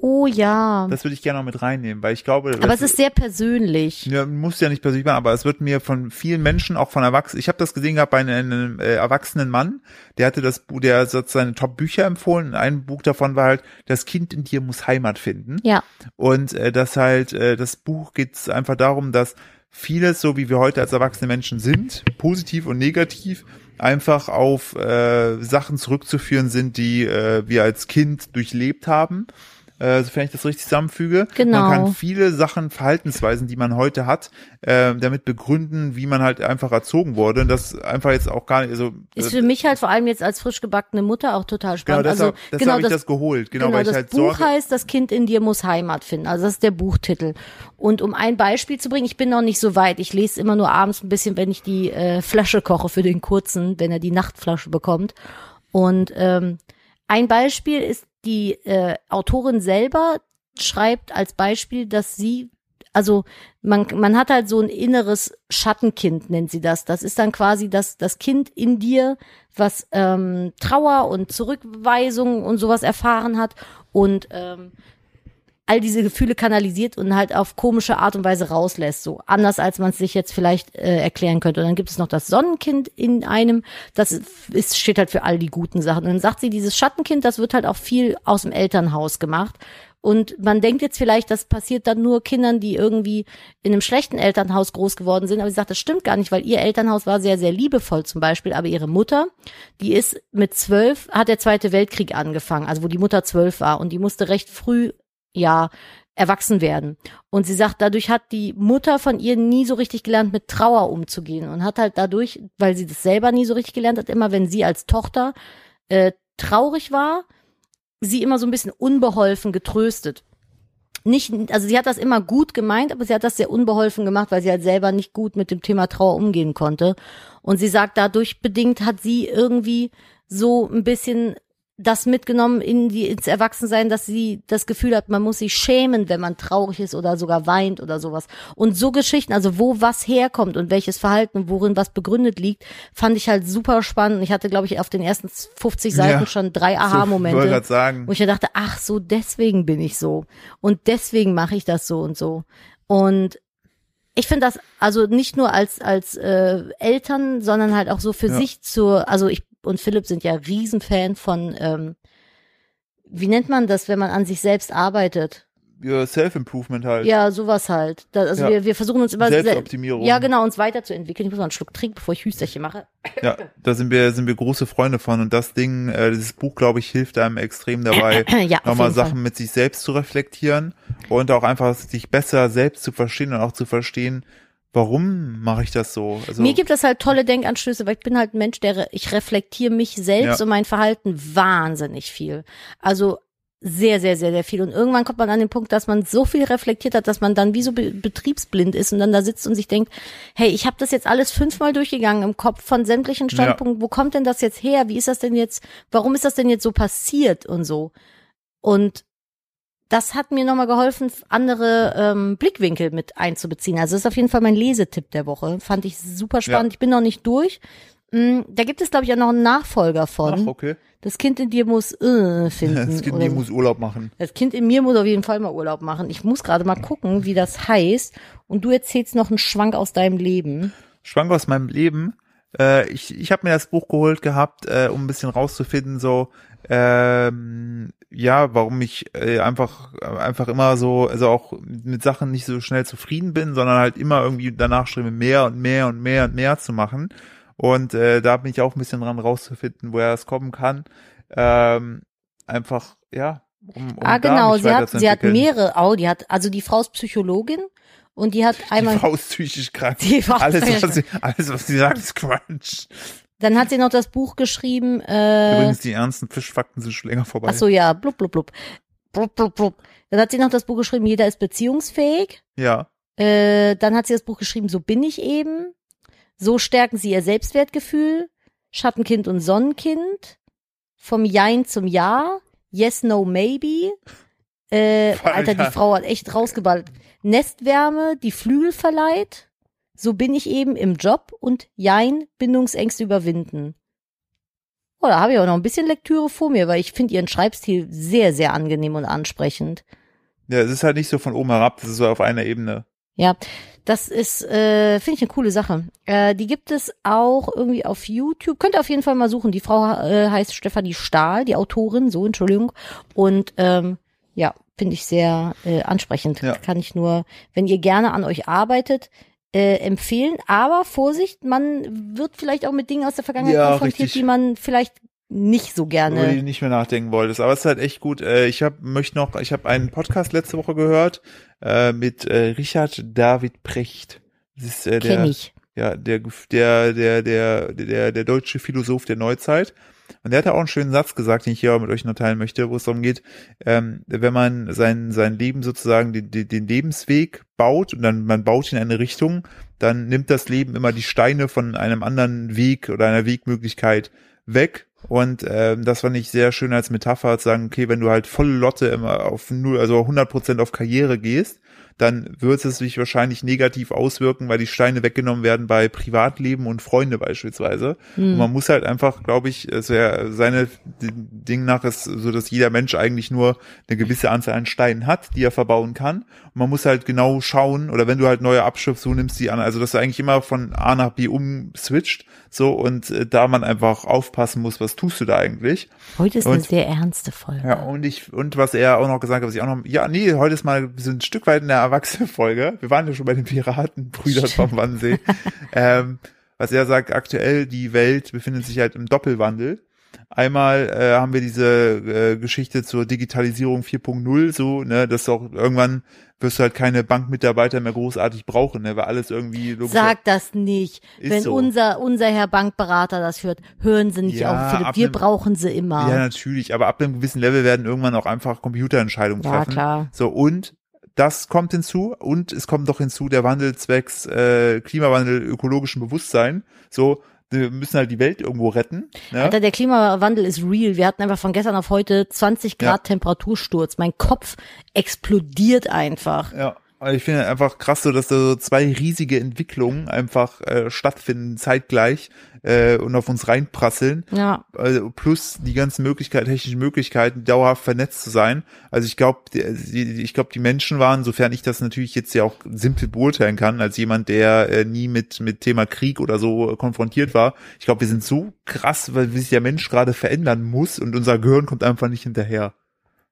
Speaker 2: Oh ja.
Speaker 1: Das würde ich gerne noch mit reinnehmen, weil ich glaube,
Speaker 2: Aber
Speaker 1: das
Speaker 2: es ist sehr persönlich.
Speaker 1: ja, muss ja nicht persönlich machen, aber es wird mir von vielen Menschen, auch von Erwachsenen, ich habe das gesehen gehabt bei einem äh, erwachsenen Mann, der hatte das Buch, der hat seine Top-Bücher empfohlen. Ein Buch davon war halt, das Kind in dir muss Heimat finden.
Speaker 2: Ja.
Speaker 1: Und äh, das halt, äh, das Buch geht einfach darum, dass vieles, so wie wir heute als erwachsene Menschen sind, positiv und negativ, einfach auf äh, Sachen zurückzuführen sind, die äh, wir als Kind durchlebt haben. Äh, sofern ich das richtig zusammenfüge.
Speaker 2: Genau.
Speaker 1: Man kann viele Sachen, Verhaltensweisen, die man heute hat, äh, damit begründen, wie man halt einfach erzogen wurde. Und das einfach jetzt auch gar nicht, also
Speaker 2: Ist
Speaker 1: äh,
Speaker 2: für mich halt vor allem jetzt als frisch gebackene Mutter auch total
Speaker 1: genau
Speaker 2: spannend.
Speaker 1: deshalb,
Speaker 2: also
Speaker 1: deshalb
Speaker 2: genau
Speaker 1: habe ich
Speaker 2: das,
Speaker 1: das geholt. Genau,
Speaker 2: Genau,
Speaker 1: weil ich
Speaker 2: das
Speaker 1: halt
Speaker 2: Buch
Speaker 1: Sorge,
Speaker 2: heißt Das Kind in dir muss Heimat finden. Also das ist der Buchtitel. Und um ein Beispiel zu bringen, ich bin noch nicht so weit. Ich lese immer nur abends ein bisschen, wenn ich die äh, Flasche koche für den Kurzen, wenn er die Nachtflasche bekommt. Und ähm, ein Beispiel ist, die äh, Autorin selber schreibt als Beispiel, dass sie also man, man hat halt so ein inneres Schattenkind, nennt sie das. Das ist dann quasi das, das Kind in dir, was ähm, Trauer und Zurückweisung und sowas erfahren hat. Und ähm, all diese Gefühle kanalisiert und halt auf komische Art und Weise rauslässt, so anders als man es sich jetzt vielleicht äh, erklären könnte. Und dann gibt es noch das Sonnenkind in einem, das ist, steht halt für all die guten Sachen. Und dann sagt sie, dieses Schattenkind, das wird halt auch viel aus dem Elternhaus gemacht. Und man denkt jetzt vielleicht, das passiert dann nur Kindern, die irgendwie in einem schlechten Elternhaus groß geworden sind. Aber sie sagt, das stimmt gar nicht, weil ihr Elternhaus war sehr, sehr liebevoll zum Beispiel. Aber ihre Mutter, die ist mit zwölf, hat der Zweite Weltkrieg angefangen, also wo die Mutter zwölf war. Und die musste recht früh, ja, erwachsen werden. Und sie sagt, dadurch hat die Mutter von ihr nie so richtig gelernt, mit Trauer umzugehen. Und hat halt dadurch, weil sie das selber nie so richtig gelernt hat, immer wenn sie als Tochter äh, traurig war, sie immer so ein bisschen unbeholfen getröstet. Nicht, also sie hat das immer gut gemeint, aber sie hat das sehr unbeholfen gemacht, weil sie halt selber nicht gut mit dem Thema Trauer umgehen konnte. Und sie sagt, dadurch bedingt hat sie irgendwie so ein bisschen das mitgenommen in die, ins Erwachsensein, dass sie das Gefühl hat, man muss sich schämen, wenn man traurig ist oder sogar weint oder sowas. Und so Geschichten, also wo was herkommt und welches Verhalten, worin was begründet liegt, fand ich halt super spannend. Ich hatte, glaube ich, auf den ersten 50 Seiten
Speaker 1: Ja,
Speaker 2: schon drei Aha-Momente.
Speaker 1: wollte grad sagen.
Speaker 2: Wo ich ja dachte, ach so, deswegen bin ich so. Und deswegen mache ich das so und so. Und ich finde das also nicht nur als als äh, Eltern, sondern halt auch so für
Speaker 1: Ja.
Speaker 2: sich zur, also ich und Philipp sind ja Riesenfan von, ähm, wie nennt man das, wenn man an sich selbst arbeitet?
Speaker 1: Your Self-Improvement halt.
Speaker 2: Ja, sowas halt. Da, also
Speaker 1: Ja.
Speaker 2: wir, wir versuchen uns immer sel-
Speaker 1: Selbstoptimierung.
Speaker 2: Ja, genau, uns weiterzuentwickeln. Ich muss mal einen Schluck trinken, bevor ich Hüsterchen mache.
Speaker 1: Ja, da sind wir, sind wir große Freunde von und das Ding, äh, dieses Buch, glaube ich, hilft einem extrem dabei,
Speaker 2: Ja, auf
Speaker 1: nochmal
Speaker 2: jeden Fall.
Speaker 1: Sachen mit sich selbst zu reflektieren und auch einfach sich besser selbst zu verstehen und auch zu verstehen, warum mache ich das so? Also,
Speaker 2: Mir gibt es halt tolle Denkanstöße, weil ich bin halt ein Mensch, der re- ich reflektiere mich selbst
Speaker 1: Ja.
Speaker 2: und mein Verhalten wahnsinnig viel. Also sehr, sehr, sehr, sehr viel. Und irgendwann kommt man an den Punkt, dass man so viel reflektiert hat, dass man dann wie so be betriebsblind ist und dann da sitzt und sich denkt, hey, ich habe das jetzt alles fünfmal durchgegangen im Kopf von sämtlichen Standpunkten. Wo kommt denn das jetzt her? Wie ist das denn jetzt? Warum ist das denn jetzt so passiert und so? Und das hat mir nochmal geholfen, andere ähm, Blickwinkel mit einzubeziehen. Also das ist auf jeden Fall mein Lesetipp der Woche. Fand ich super spannend. Ich bin noch nicht durch. Mm, Da gibt es, glaube ich, auch noch einen Nachfolger
Speaker 1: ach,
Speaker 2: von.
Speaker 1: okay.
Speaker 2: Das Kind in dir muss äh, finden.
Speaker 1: Das Kind
Speaker 2: oder
Speaker 1: die
Speaker 2: so.
Speaker 1: muss Urlaub machen.
Speaker 2: das Kind in mir muss auf jeden Fall mal Urlaub machen. Ich muss gerade mal gucken, wie das heißt. Und du erzählst noch einen Schwank aus deinem Leben.
Speaker 1: Schwank aus meinem Leben. Äh, ich ich habe mir das Buch geholt gehabt, äh, um ein bisschen rauszufinden, so ähm, ja, warum ich äh, einfach einfach immer so, also auch mit Sachen nicht so schnell zufrieden bin, sondern halt immer irgendwie danach strebe, mehr und mehr und mehr und mehr zu machen. Und äh, da bin ich auch ein bisschen dran rauszufinden, woher das kommen kann. Ähm, einfach, ja, um, um
Speaker 2: ah, genau.
Speaker 1: da mich
Speaker 2: Sie hat, sie hat
Speaker 1: weiterzuentwickeln.
Speaker 2: mehrere. Oh, die hat, also die Frau ist Psychologin und die hat einmal.
Speaker 1: Die Frau ist psychisch krank.
Speaker 2: Die Frau ist
Speaker 1: alles,
Speaker 2: psychisch
Speaker 1: was sie, alles, was sie sagt, ist Quatsch.
Speaker 2: Dann hat sie noch das Buch geschrieben. Äh,
Speaker 1: Übrigens, die ernsten Fischfakten sind schon länger vorbei.
Speaker 2: ach so, ja, blub, blub, blub. Blub, blub, blub. Dann hat sie noch das Buch geschrieben, jeder ist beziehungsfähig.
Speaker 1: Ja,
Speaker 2: Äh, dann hat sie das Buch geschrieben, so bin ich eben. So stärken sie ihr Selbstwertgefühl. Schattenkind und Sonnenkind. Vom Jein zum Ja. Yes, no, maybe. Äh,
Speaker 1: Voll
Speaker 2: Alter, die
Speaker 1: geil.
Speaker 2: Frau hat echt rausgeballert. Nestwärme, die Flügel verleiht. So bin ich eben im Job und Jein, Bindungsängste überwinden. Oh, da habe ich auch noch ein bisschen Lektüre vor mir, weil ich finde ihren Schreibstil sehr, sehr angenehm und ansprechend.
Speaker 1: ja, es ist halt nicht so von oben herab, das ist so auf einer Ebene.
Speaker 2: Ja, das ist, äh, finde ich eine coole Sache. Äh, die gibt es auch irgendwie auf YouTube. Könnt ihr auf jeden Fall mal suchen. Die Frau äh, heißt Stefanie Stahl, die Autorin, so, Entschuldigung. Und ähm, ja, finde ich sehr äh, ansprechend.
Speaker 1: Ja.
Speaker 2: Kann ich nur, wenn ihr gerne an euch arbeitet, äh, empfehlen. Aber Vorsicht, man wird vielleicht auch mit Dingen aus der Vergangenheit
Speaker 1: Ja,
Speaker 2: konfrontiert,
Speaker 1: richtig.
Speaker 2: die man vielleicht nicht so
Speaker 1: Über die
Speaker 2: gerne.
Speaker 1: du nicht mehr nachdenken wolltest. Aber es ist halt echt gut. Äh, Ich hab, möchte noch, ich habe einen Podcast letzte Woche gehört äh, mit äh, Richard David Precht. Das ist äh,
Speaker 2: Kenn
Speaker 1: der,
Speaker 2: ich.
Speaker 1: ja, der, der, der, der, der, der deutsche Philosoph der Neuzeit. Und der hat auch einen schönen Satz gesagt, den ich hier mit euch noch teilen möchte, wo es darum geht, ähm, wenn man sein, sein Leben sozusagen, den, den, den Lebensweg baut und dann man baut in eine Richtung, dann nimmt das Leben immer die Steine von einem anderen Weg oder einer Wegmöglichkeit weg. Und ähm, das fand ich sehr schön als Metapher zu sagen, okay, wenn du halt volle Lotte immer auf null, also 100 Prozent auf Karriere gehst, dann wird es sich wahrscheinlich negativ auswirken, weil die Steine weggenommen werden bei Privatleben und Freunde beispielsweise.
Speaker 2: Hm.
Speaker 1: Und man muss halt einfach, glaube ich, es wäre seine D- Ding nach ist so, dass jeder Mensch eigentlich nur eine gewisse Anzahl an Steinen hat, die er verbauen kann. Und man muss halt genau schauen, oder wenn du halt neue abschöpfst, so nimmst die an. Also, dass du eigentlich immer von A nach B umswitcht, so, und äh, da man einfach aufpassen muss, was tust du da eigentlich.
Speaker 2: Heute ist eine
Speaker 1: Und-
Speaker 2: sehr ernste Folge.
Speaker 1: Ja, und ich, und was er auch noch gesagt hat, was ich auch noch, ja, nee, heute ist mal so ein Stück weit eine erwachsene Folge. Wir waren ja schon bei den Piratenbrüdern vom Wannsee. ähm, was er sagt, aktuell, die Welt befindet sich halt im Doppelwandel. Einmal äh, haben wir diese äh, Geschichte zur Digitalisierung 4.0, so, ne, dass du auch irgendwann wirst du halt keine Bankmitarbeiter mehr großartig brauchen, ne, weil alles irgendwie logisch.
Speaker 2: Sag das nicht.
Speaker 1: Ist
Speaker 2: Wenn
Speaker 1: so.
Speaker 2: unser, unser Herr Bankberater das hört, hören Sie nicht
Speaker 1: Ja,
Speaker 2: auf, Philipp.
Speaker 1: ab
Speaker 2: Wir
Speaker 1: einem-
Speaker 2: brauchen sie immer.
Speaker 1: Ja, natürlich, aber ab einem gewissen Level werden irgendwann auch einfach Computerentscheidungen
Speaker 2: Ja,
Speaker 1: treffen.
Speaker 2: klar.
Speaker 1: So, und das kommt hinzu und es kommt doch hinzu der Wandel zwecks äh, Klimawandel, ökologischen Bewusstsein. So, wir müssen halt die Welt irgendwo retten. Ne?
Speaker 2: Alter, der Klimawandel ist real. Wir hatten einfach von gestern auf heute 20 Grad
Speaker 1: Ja.
Speaker 2: Temperatursturz. Mein Kopf explodiert einfach.
Speaker 1: Ja, aber ich finde einfach krass so, dass da so zwei riesige Entwicklungen einfach äh, stattfinden, zeitgleich äh, und auf uns reinprasseln.
Speaker 2: Ja.
Speaker 1: also plus die ganzen Möglichkeiten, technischen Möglichkeiten, dauerhaft vernetzt zu sein. Also ich glaube, ich glaube, die Menschen waren, sofern ich das natürlich jetzt ja auch simpel beurteilen kann, als jemand, der äh, nie mit mit Thema Krieg oder so äh, konfrontiert war. Ich glaube, wir sind so krass, weil wie sich der Mensch gerade verändern muss und unser Gehirn kommt einfach nicht hinterher.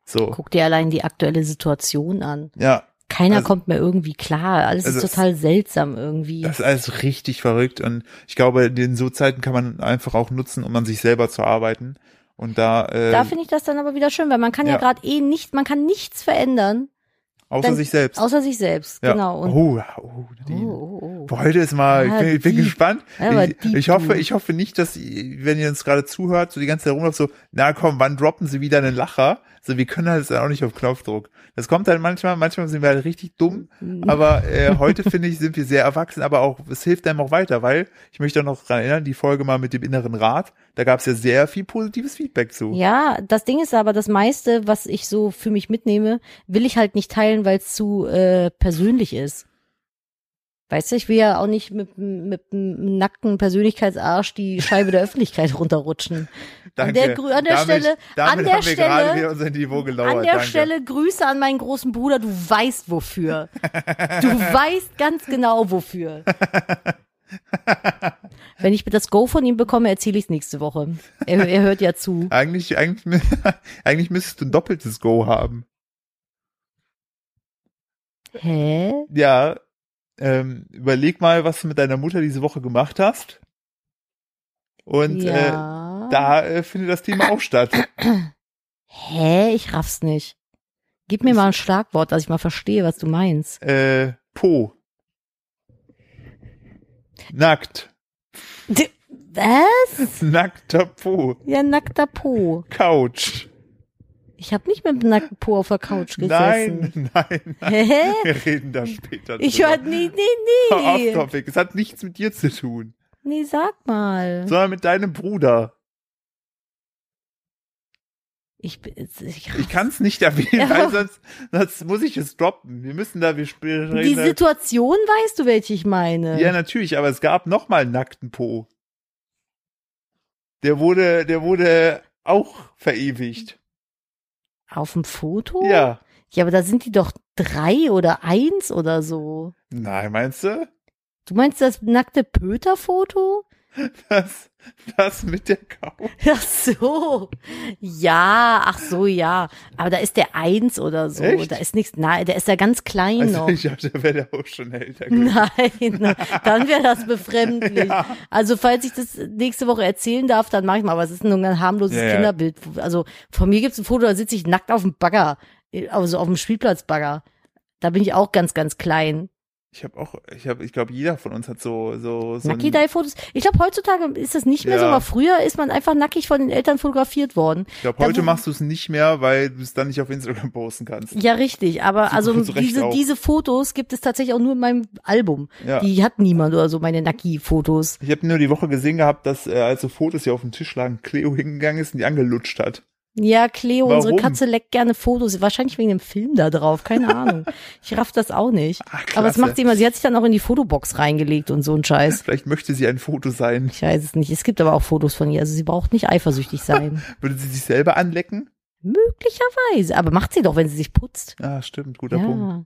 Speaker 1: So.
Speaker 2: Guck dir allein die aktuelle Situation an.
Speaker 1: Ja,
Speaker 2: Keiner
Speaker 1: Also-
Speaker 2: kommt mehr irgendwie klar. Alles
Speaker 1: Also
Speaker 2: ist
Speaker 1: es-
Speaker 2: total seltsam irgendwie.
Speaker 1: Das ist alles richtig verrückt und ich glaube, in so Zeiten kann man einfach auch nutzen, um an sich selber zu arbeiten. Und da, äh,
Speaker 2: Da finde ich das dann aber wieder schön, weil man kann ja,
Speaker 1: ja.
Speaker 2: gerade eh nicht, man kann nichts verändern,
Speaker 1: außer
Speaker 2: dann-
Speaker 1: sich selbst.
Speaker 2: außer sich selbst.
Speaker 1: ja.
Speaker 2: Genau. Und
Speaker 1: oh, oh,
Speaker 2: Oh,
Speaker 1: Nadine.
Speaker 2: oh, oh.
Speaker 1: Boah, Heute ist mal, ich
Speaker 2: Ja,
Speaker 1: bin, ich bin
Speaker 2: deep.
Speaker 1: gespannt.
Speaker 2: Aber
Speaker 1: ich,
Speaker 2: deep,
Speaker 1: ich hoffe,
Speaker 2: du.
Speaker 1: ich hoffe nicht, dass, ihr- wenn ihr uns gerade zuhört, so die ganze Zeit rumläuft, so, na komm, wann droppen sie wieder einen Lacher? So, wir können das auch nicht auf Knopfdruck. Das kommt halt manchmal, manchmal sind wir halt richtig dumm,
Speaker 2: Mhm.
Speaker 1: aber äh, heute finde ich, sind wir sehr erwachsen, aber auch, es hilft einem auch weiter, weil ich möchte auch noch dran erinnern, die Folge mal mit dem inneren Rat, da gab es ja sehr viel positives Feedback zu.
Speaker 2: Ja, das Ding ist aber, das meiste, was ich so für mich mitnehme, will ich halt nicht teilen, weil es zu äh, persönlich ist. Weißt du, ich will ja auch nicht mit, mit einem nackten Persönlichkeitsarsch die Scheibe der Öffentlichkeit runterrutschen.
Speaker 1: Danke.
Speaker 2: An der, Grü- an der
Speaker 1: damit,
Speaker 2: Stelle,
Speaker 1: damit
Speaker 2: an der
Speaker 1: haben wir gerade wieder
Speaker 2: Stelle,
Speaker 1: unser Niveau gelauert.
Speaker 2: an der
Speaker 1: Danke.
Speaker 2: Stelle Grüße an meinen großen Bruder, du weißt wofür. Du weißt ganz genau wofür. Wenn ich das Go von ihm bekomme, erzähle ich es nächste Woche. Er, er hört ja zu.
Speaker 1: Eigentlich, eigentlich, eigentlich müsstest du ein doppeltes Go haben.
Speaker 2: Hä?
Speaker 1: Ja, ähm, überleg mal, was du mit deiner Mutter diese Woche gemacht hast. Und äh,
Speaker 2: ja.
Speaker 1: da äh, findet das Thema auch statt.
Speaker 2: Hä? Ich raff's nicht. Gib mir mal ein Schlagwort, dass ich mal verstehe, was du meinst.
Speaker 1: Äh, po. Nackt.
Speaker 2: D was?
Speaker 1: Nackter Po.
Speaker 2: Ja, nackter Po.
Speaker 1: Couch.
Speaker 2: Ich hab nicht mit dem nackten Po auf der Couch gesessen.
Speaker 1: Nein, nein, nein.
Speaker 2: Hä?
Speaker 1: Wir reden da später
Speaker 2: Ich
Speaker 1: drüber.
Speaker 2: hör, nee, nee, nee.
Speaker 1: Off-Topic. Es hat nichts mit dir zu tun,
Speaker 2: Nee, sag mal.
Speaker 1: sondern mit deinem Bruder.
Speaker 2: Ich, bin- ich,
Speaker 1: Ich kann es nicht erwähnen, weil sonst, sonst muss ich es droppen. Wir müssen da, wir sp- reden
Speaker 2: die
Speaker 1: da-
Speaker 2: Situation weißt du, welche ich meine.
Speaker 1: Ja, ne. natürlich, aber es gab noch mal einen nackten Po. Der wurde, der wurde auch verewigt.
Speaker 2: Auf dem Foto?
Speaker 1: Ja.
Speaker 2: Ja, aber da sind die doch drei oder eins oder so.
Speaker 1: Nein, meinst du?
Speaker 2: Du meinst das nackte Pöter-Foto?
Speaker 1: Das, das mit der Couch.
Speaker 2: Ach so. Ja, ach so, ja. Aber da ist der Eins oder so.
Speaker 1: Echt?
Speaker 2: Da ist nichts. Nein, der ist ja ganz klein
Speaker 1: Also
Speaker 2: noch.
Speaker 1: ich dachte, der wäre auch schon älter gewesen.
Speaker 2: Nein, na, dann wäre das befremdlich.
Speaker 1: Ja.
Speaker 2: Also falls ich das nächste Woche erzählen darf, dann mach ich mal. Aber es ist nur ein harmloses
Speaker 1: Ja, ja.
Speaker 2: Kinderbild. Also von mir gibt's ein Foto, da sitze ich nackt auf dem Bagger, also auf dem Spielplatzbagger. Da bin ich auch ganz, ganz klein.
Speaker 1: Ich habe auch, ich habe, ich glaube, jeder von uns hat so, so, so.
Speaker 2: Nacki dai fotos Ich glaube, heutzutage ist das nicht mehr so,
Speaker 1: Ja.
Speaker 2: aber früher ist man einfach nackig von den Eltern fotografiert worden.
Speaker 1: ich glaube,
Speaker 2: da
Speaker 1: heute
Speaker 2: wo-
Speaker 1: machst du es nicht mehr, weil du es dann nicht auf Instagram posten kannst.
Speaker 2: Ja, richtig, aber
Speaker 1: Sie
Speaker 2: also
Speaker 1: kommen zu Recht
Speaker 2: diese,
Speaker 1: auch.
Speaker 2: diese Fotos gibt es tatsächlich auch nur in meinem Album.
Speaker 1: Ja.
Speaker 2: Die hat niemand oder so, meine Naki-Fotos.
Speaker 1: Ich habe nur die Woche gesehen gehabt, dass äh, als so Fotos hier auf dem Tisch lagen, Cleo hingegangen ist und die angelutscht hat.
Speaker 2: Ja, Cleo, unsere
Speaker 1: Warum?
Speaker 2: Katze leckt gerne Fotos. Wahrscheinlich wegen dem Film da drauf. Keine Ahnung. Ich raff das auch nicht.
Speaker 1: Ach,
Speaker 2: Aber
Speaker 1: Ah,
Speaker 2: es
Speaker 1: klasse.
Speaker 2: macht sie immer. Sie hat sich dann auch in die Fotobox reingelegt und so ein Scheiß.
Speaker 1: Vielleicht möchte sie ein Foto sein.
Speaker 2: Ich weiß es nicht. Es gibt aber auch Fotos von ihr. Also sie braucht nicht eifersüchtig sein.
Speaker 1: Würde sie sich selber anlecken?
Speaker 2: Möglicherweise. Aber macht sie doch, wenn sie sich putzt.
Speaker 1: Ah, stimmt, guter Punkt.
Speaker 2: Ja.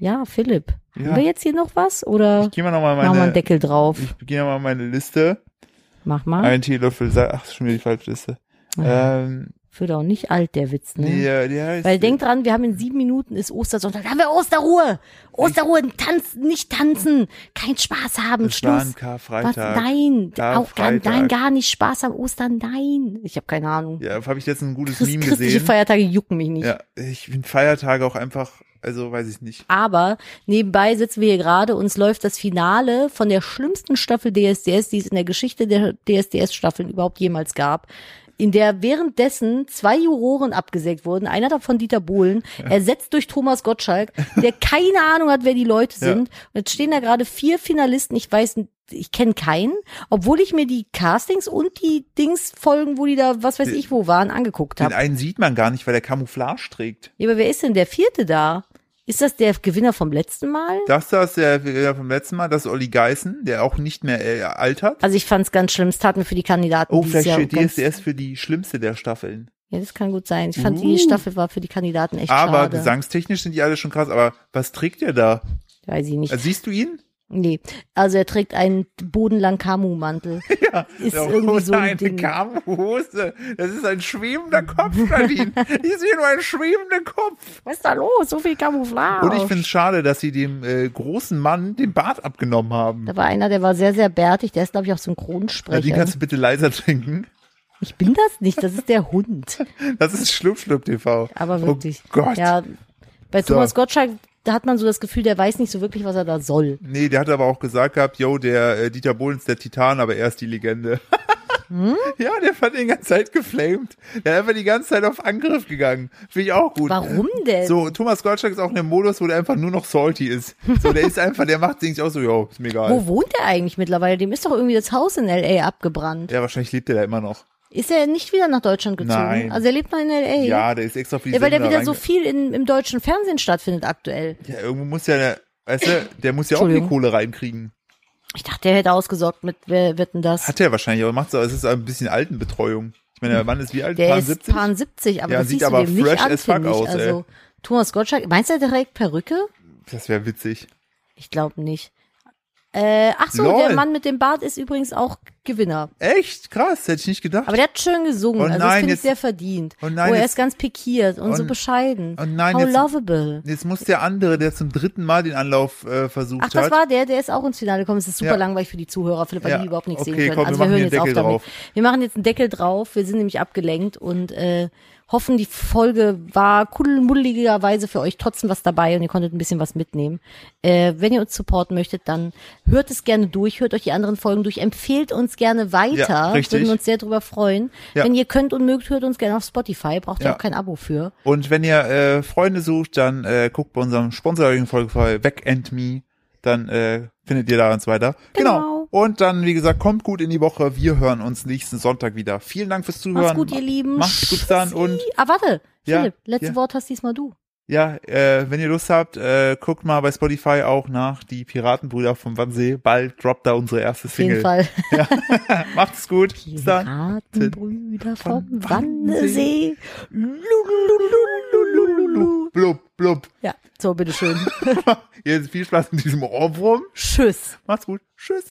Speaker 2: Ja, Philipp.
Speaker 1: Ja.
Speaker 2: Haben wir jetzt hier noch was? Oder
Speaker 1: Ich gehe mal nochmal
Speaker 2: machen wir einen
Speaker 1: meine,
Speaker 2: Deckel drauf?
Speaker 1: ich gehe mal meine Liste.
Speaker 2: Mach mal.
Speaker 1: Ein Teelöffel, Sa- ach, schon wieder die falsche Liste. Ähm,
Speaker 2: Wird auch nicht alt, der Witz, ne?
Speaker 1: die, die heißt,
Speaker 2: Weil denk dran, wir haben in sieben Minuten ist Ostersonntag. Da haben wir Osterruhe. Osterruhe, Tanz, nicht tanzen. Kein Spaß haben.
Speaker 1: es war ein
Speaker 2: Schluss. Was?
Speaker 1: Karfreitag.
Speaker 2: Nein.
Speaker 1: Da
Speaker 2: Auch gar,
Speaker 1: Freitag.
Speaker 2: nein, gar nicht Spaß haben. Ostern, nein. Ich habe keine Ahnung.
Speaker 1: Ja, habe ich jetzt ein gutes
Speaker 2: Christ,
Speaker 1: Meme
Speaker 2: christliche
Speaker 1: gesehen.
Speaker 2: Feiertage jucken mich nicht.
Speaker 1: Ja, ich finde Feiertage auch einfach, also weiß ich nicht.
Speaker 2: Aber nebenbei sitzen wir hier gerade, uns läuft das Finale von der schlimmsten Staffel DSDS, die es in der Geschichte der DSDS-Staffeln überhaupt jemals gab, in der währenddessen zwei Juroren abgesägt wurden, einer davon Dieter Bohlen, ersetzt durch Thomas Gottschalk, der keine Ahnung hat, wer die Leute
Speaker 1: Ja.
Speaker 2: sind. Und jetzt stehen da gerade vier Finalisten, ich weiß, ich kenne keinen, obwohl ich mir die Castings und die Dings folgen, wo die da, was weiß
Speaker 1: Den-
Speaker 2: ich, wo waren, angeguckt
Speaker 1: Den
Speaker 2: habe.
Speaker 1: einen sieht man gar nicht, weil der Camouflage trägt.
Speaker 2: Ja, aber wer ist denn der vierte da? Ist das der Gewinner vom letzten Mal?
Speaker 1: Das da ist der der vom letzten Mal, das ist Olli Geißen, der auch nicht mehr äh, altert.
Speaker 2: Also ich fand's ganz schlimm. Es tat mir für die Kandidaten
Speaker 1: Oh,
Speaker 2: dieses
Speaker 1: vielleicht
Speaker 2: Jahr
Speaker 1: steht
Speaker 2: ganz,
Speaker 1: DSDS für die schlimmste der Staffeln.
Speaker 2: Ja, das kann gut sein. Ich fand,
Speaker 1: Uh.
Speaker 2: die Staffel war für die Kandidaten echt
Speaker 1: aber
Speaker 2: schade.
Speaker 1: gesangstechnisch sind die alle schon krass. Aber was trägt der da?
Speaker 2: Weiß ich nicht.
Speaker 1: Also, siehst du ihn?
Speaker 2: nee. Also er trägt einen bodenlang Kamu-Mantel. ja, ist irgendwie so
Speaker 1: eine
Speaker 2: ein Ding.
Speaker 1: Kamuhose. Das ist ein schwebender Kopf, Nadine. ich sehe nur einen schwebenden Kopf.
Speaker 2: Was ist da los? So viel Camouflage.
Speaker 1: Und ich finde es schade, dass sie dem äh, großen Mann den Bart abgenommen haben.
Speaker 2: da war einer, der war sehr, sehr bärtig. Der ist, glaube ich, auch
Speaker 1: Nadine,
Speaker 2: Synchronsprecher.
Speaker 1: kannst du bitte leiser trinken?
Speaker 2: Ich bin das nicht. Das ist der Hund.
Speaker 1: Das ist Schlupp-Schlupp-TV.
Speaker 2: Aber wirklich.
Speaker 1: Oh Gott.
Speaker 2: Ja, bei
Speaker 1: So.
Speaker 2: Thomas Gottschalk, da hat man so das Gefühl, der weiß nicht so wirklich, was er da soll.
Speaker 1: Nee, der hat aber auch gesagt gehabt, yo, der äh, Dieter Bohlen ist der Titan, aber er ist die Legende.
Speaker 2: Hm?
Speaker 1: Ja, der hat ihn die ganze Zeit geflamed. Der hat einfach die ganze Zeit auf Angriff gegangen. Finde ich auch gut.
Speaker 2: Warum denn?
Speaker 1: So, Thomas Gottschalk ist auch in dem Modus, wo der einfach nur noch salty ist. So, der ist einfach, der macht sich auch so, yo, ist mir egal.
Speaker 2: Wo wohnt er eigentlich mittlerweile? Dem ist doch irgendwie das Haus in L.A. abgebrannt.
Speaker 1: Ja, wahrscheinlich lebt der da immer noch.
Speaker 2: Ist er nicht wieder nach Deutschland gezogen?
Speaker 1: Nein.
Speaker 2: Also er lebt noch in L.A.
Speaker 1: Ja, der ist extra für die
Speaker 2: Ja, weil da
Speaker 1: Sendung
Speaker 2: wieder
Speaker 1: da
Speaker 2: so
Speaker 1: reinge-
Speaker 2: viel in, im deutschen Fernsehen stattfindet aktuell.
Speaker 1: Ja, irgendwo muss ja der, weißt du, der muss ja auch die
Speaker 2: Entschuldigung.
Speaker 1: Kohle reinkriegen.
Speaker 2: Ich dachte, er hätte ausgesorgt mit, wer wird denn das?
Speaker 1: Hat er wahrscheinlich, aber macht's auch, es ist ein bisschen Altenbetreuung. Ich meine, der Mann ist wie alt?
Speaker 2: der
Speaker 1: Paar
Speaker 2: ist
Speaker 1: 70?
Speaker 2: 70, aber
Speaker 1: Ja,
Speaker 2: das
Speaker 1: sieht
Speaker 2: siehst
Speaker 1: aber
Speaker 2: du dem nicht
Speaker 1: fresh
Speaker 2: an,
Speaker 1: as fuck
Speaker 2: finde ich.
Speaker 1: aus, ey.
Speaker 2: Also Thomas Gottschalk, meinst du, er trägt Perücke?
Speaker 1: Das wäre witzig.
Speaker 2: Ich glaube nicht. Äh, ach so,
Speaker 1: Lol.
Speaker 2: der Mann mit dem Bart ist übrigens auch Gewinner.
Speaker 1: Echt? Krass, hätte ich nicht gedacht.
Speaker 2: Aber der hat schön gesungen,
Speaker 1: Oh
Speaker 2: also das
Speaker 1: nein,
Speaker 2: finde ich
Speaker 1: jetzt-
Speaker 2: sehr verdient.
Speaker 1: Oh nein,
Speaker 2: oh, er
Speaker 1: jetzt-
Speaker 2: ist ganz pikiert und
Speaker 1: Oh
Speaker 2: so
Speaker 1: n-
Speaker 2: bescheiden.
Speaker 1: oh nein,
Speaker 2: How
Speaker 1: jetzt-
Speaker 2: lovable.
Speaker 1: Jetzt muss der andere, der zum dritten Mal den Anlauf äh, versucht
Speaker 2: Ach, das
Speaker 1: hat.
Speaker 2: war der, der ist auch ins Finale gekommen. Es ist super
Speaker 1: Ja.
Speaker 2: langweilig für die Zuhörer, Philipp, weil
Speaker 1: Ja,
Speaker 2: die überhaupt nichts
Speaker 1: okay,
Speaker 2: sehen können.
Speaker 1: komm, wir
Speaker 2: also wir
Speaker 1: machen
Speaker 2: hören
Speaker 1: hier einen
Speaker 2: jetzt auf
Speaker 1: Deckel
Speaker 2: damit.
Speaker 1: drauf.
Speaker 2: Wir machen jetzt einen Deckel drauf. Wir sind nämlich abgelenkt und äh, hoffen, die Folge war kuddelmuddeligerweise für euch trotzdem was dabei und ihr konntet ein bisschen was mitnehmen. Äh, wenn ihr uns supporten möchtet, dann hört es gerne durch, hört euch die anderen Folgen durch, empfehlt uns gerne weiter.
Speaker 1: Ja, richtig.
Speaker 2: Würden uns sehr drüber freuen.
Speaker 1: Ja.
Speaker 2: Wenn ihr könnt und mögt, hört uns gerne auf Spotify. Braucht ihr
Speaker 1: Ja.
Speaker 2: auch kein Abo für.
Speaker 1: Und wenn ihr äh, Freunde sucht, dann äh, guckt bei unserem sponsorischen Folge vorbei, Back and Me. Dann äh, findet ihr da uns weiter.
Speaker 2: Genau.
Speaker 1: Und dann, wie gesagt, kommt gut in die Woche. Wir hören uns nächsten Sonntag wieder. Vielen Dank fürs Zuhören.
Speaker 2: Macht's gut, ihr Lieben.
Speaker 1: Macht's gut dann und
Speaker 2: Ah, warte,
Speaker 1: Ja,
Speaker 2: Philipp, letztes
Speaker 1: ja.
Speaker 2: Wort hast diesmal du.
Speaker 1: ja, äh, wenn ihr Lust habt, äh, guckt mal bei Spotify auch nach die Piratenbrüder vom Wannsee. Bald droppt da unsere erste
Speaker 2: Auf jeden
Speaker 1: Single.
Speaker 2: Fall.
Speaker 1: Macht's gut. Bis dann.
Speaker 2: Piratenbrüder vom
Speaker 1: Von
Speaker 2: Wannsee. Lululululululu.
Speaker 1: Blub, blub.
Speaker 2: Ja, so, bitteschön.
Speaker 1: Jetzt viel Spaß in diesem Ohrwurm.
Speaker 2: Tschüss.
Speaker 1: Macht's gut. Tschüss.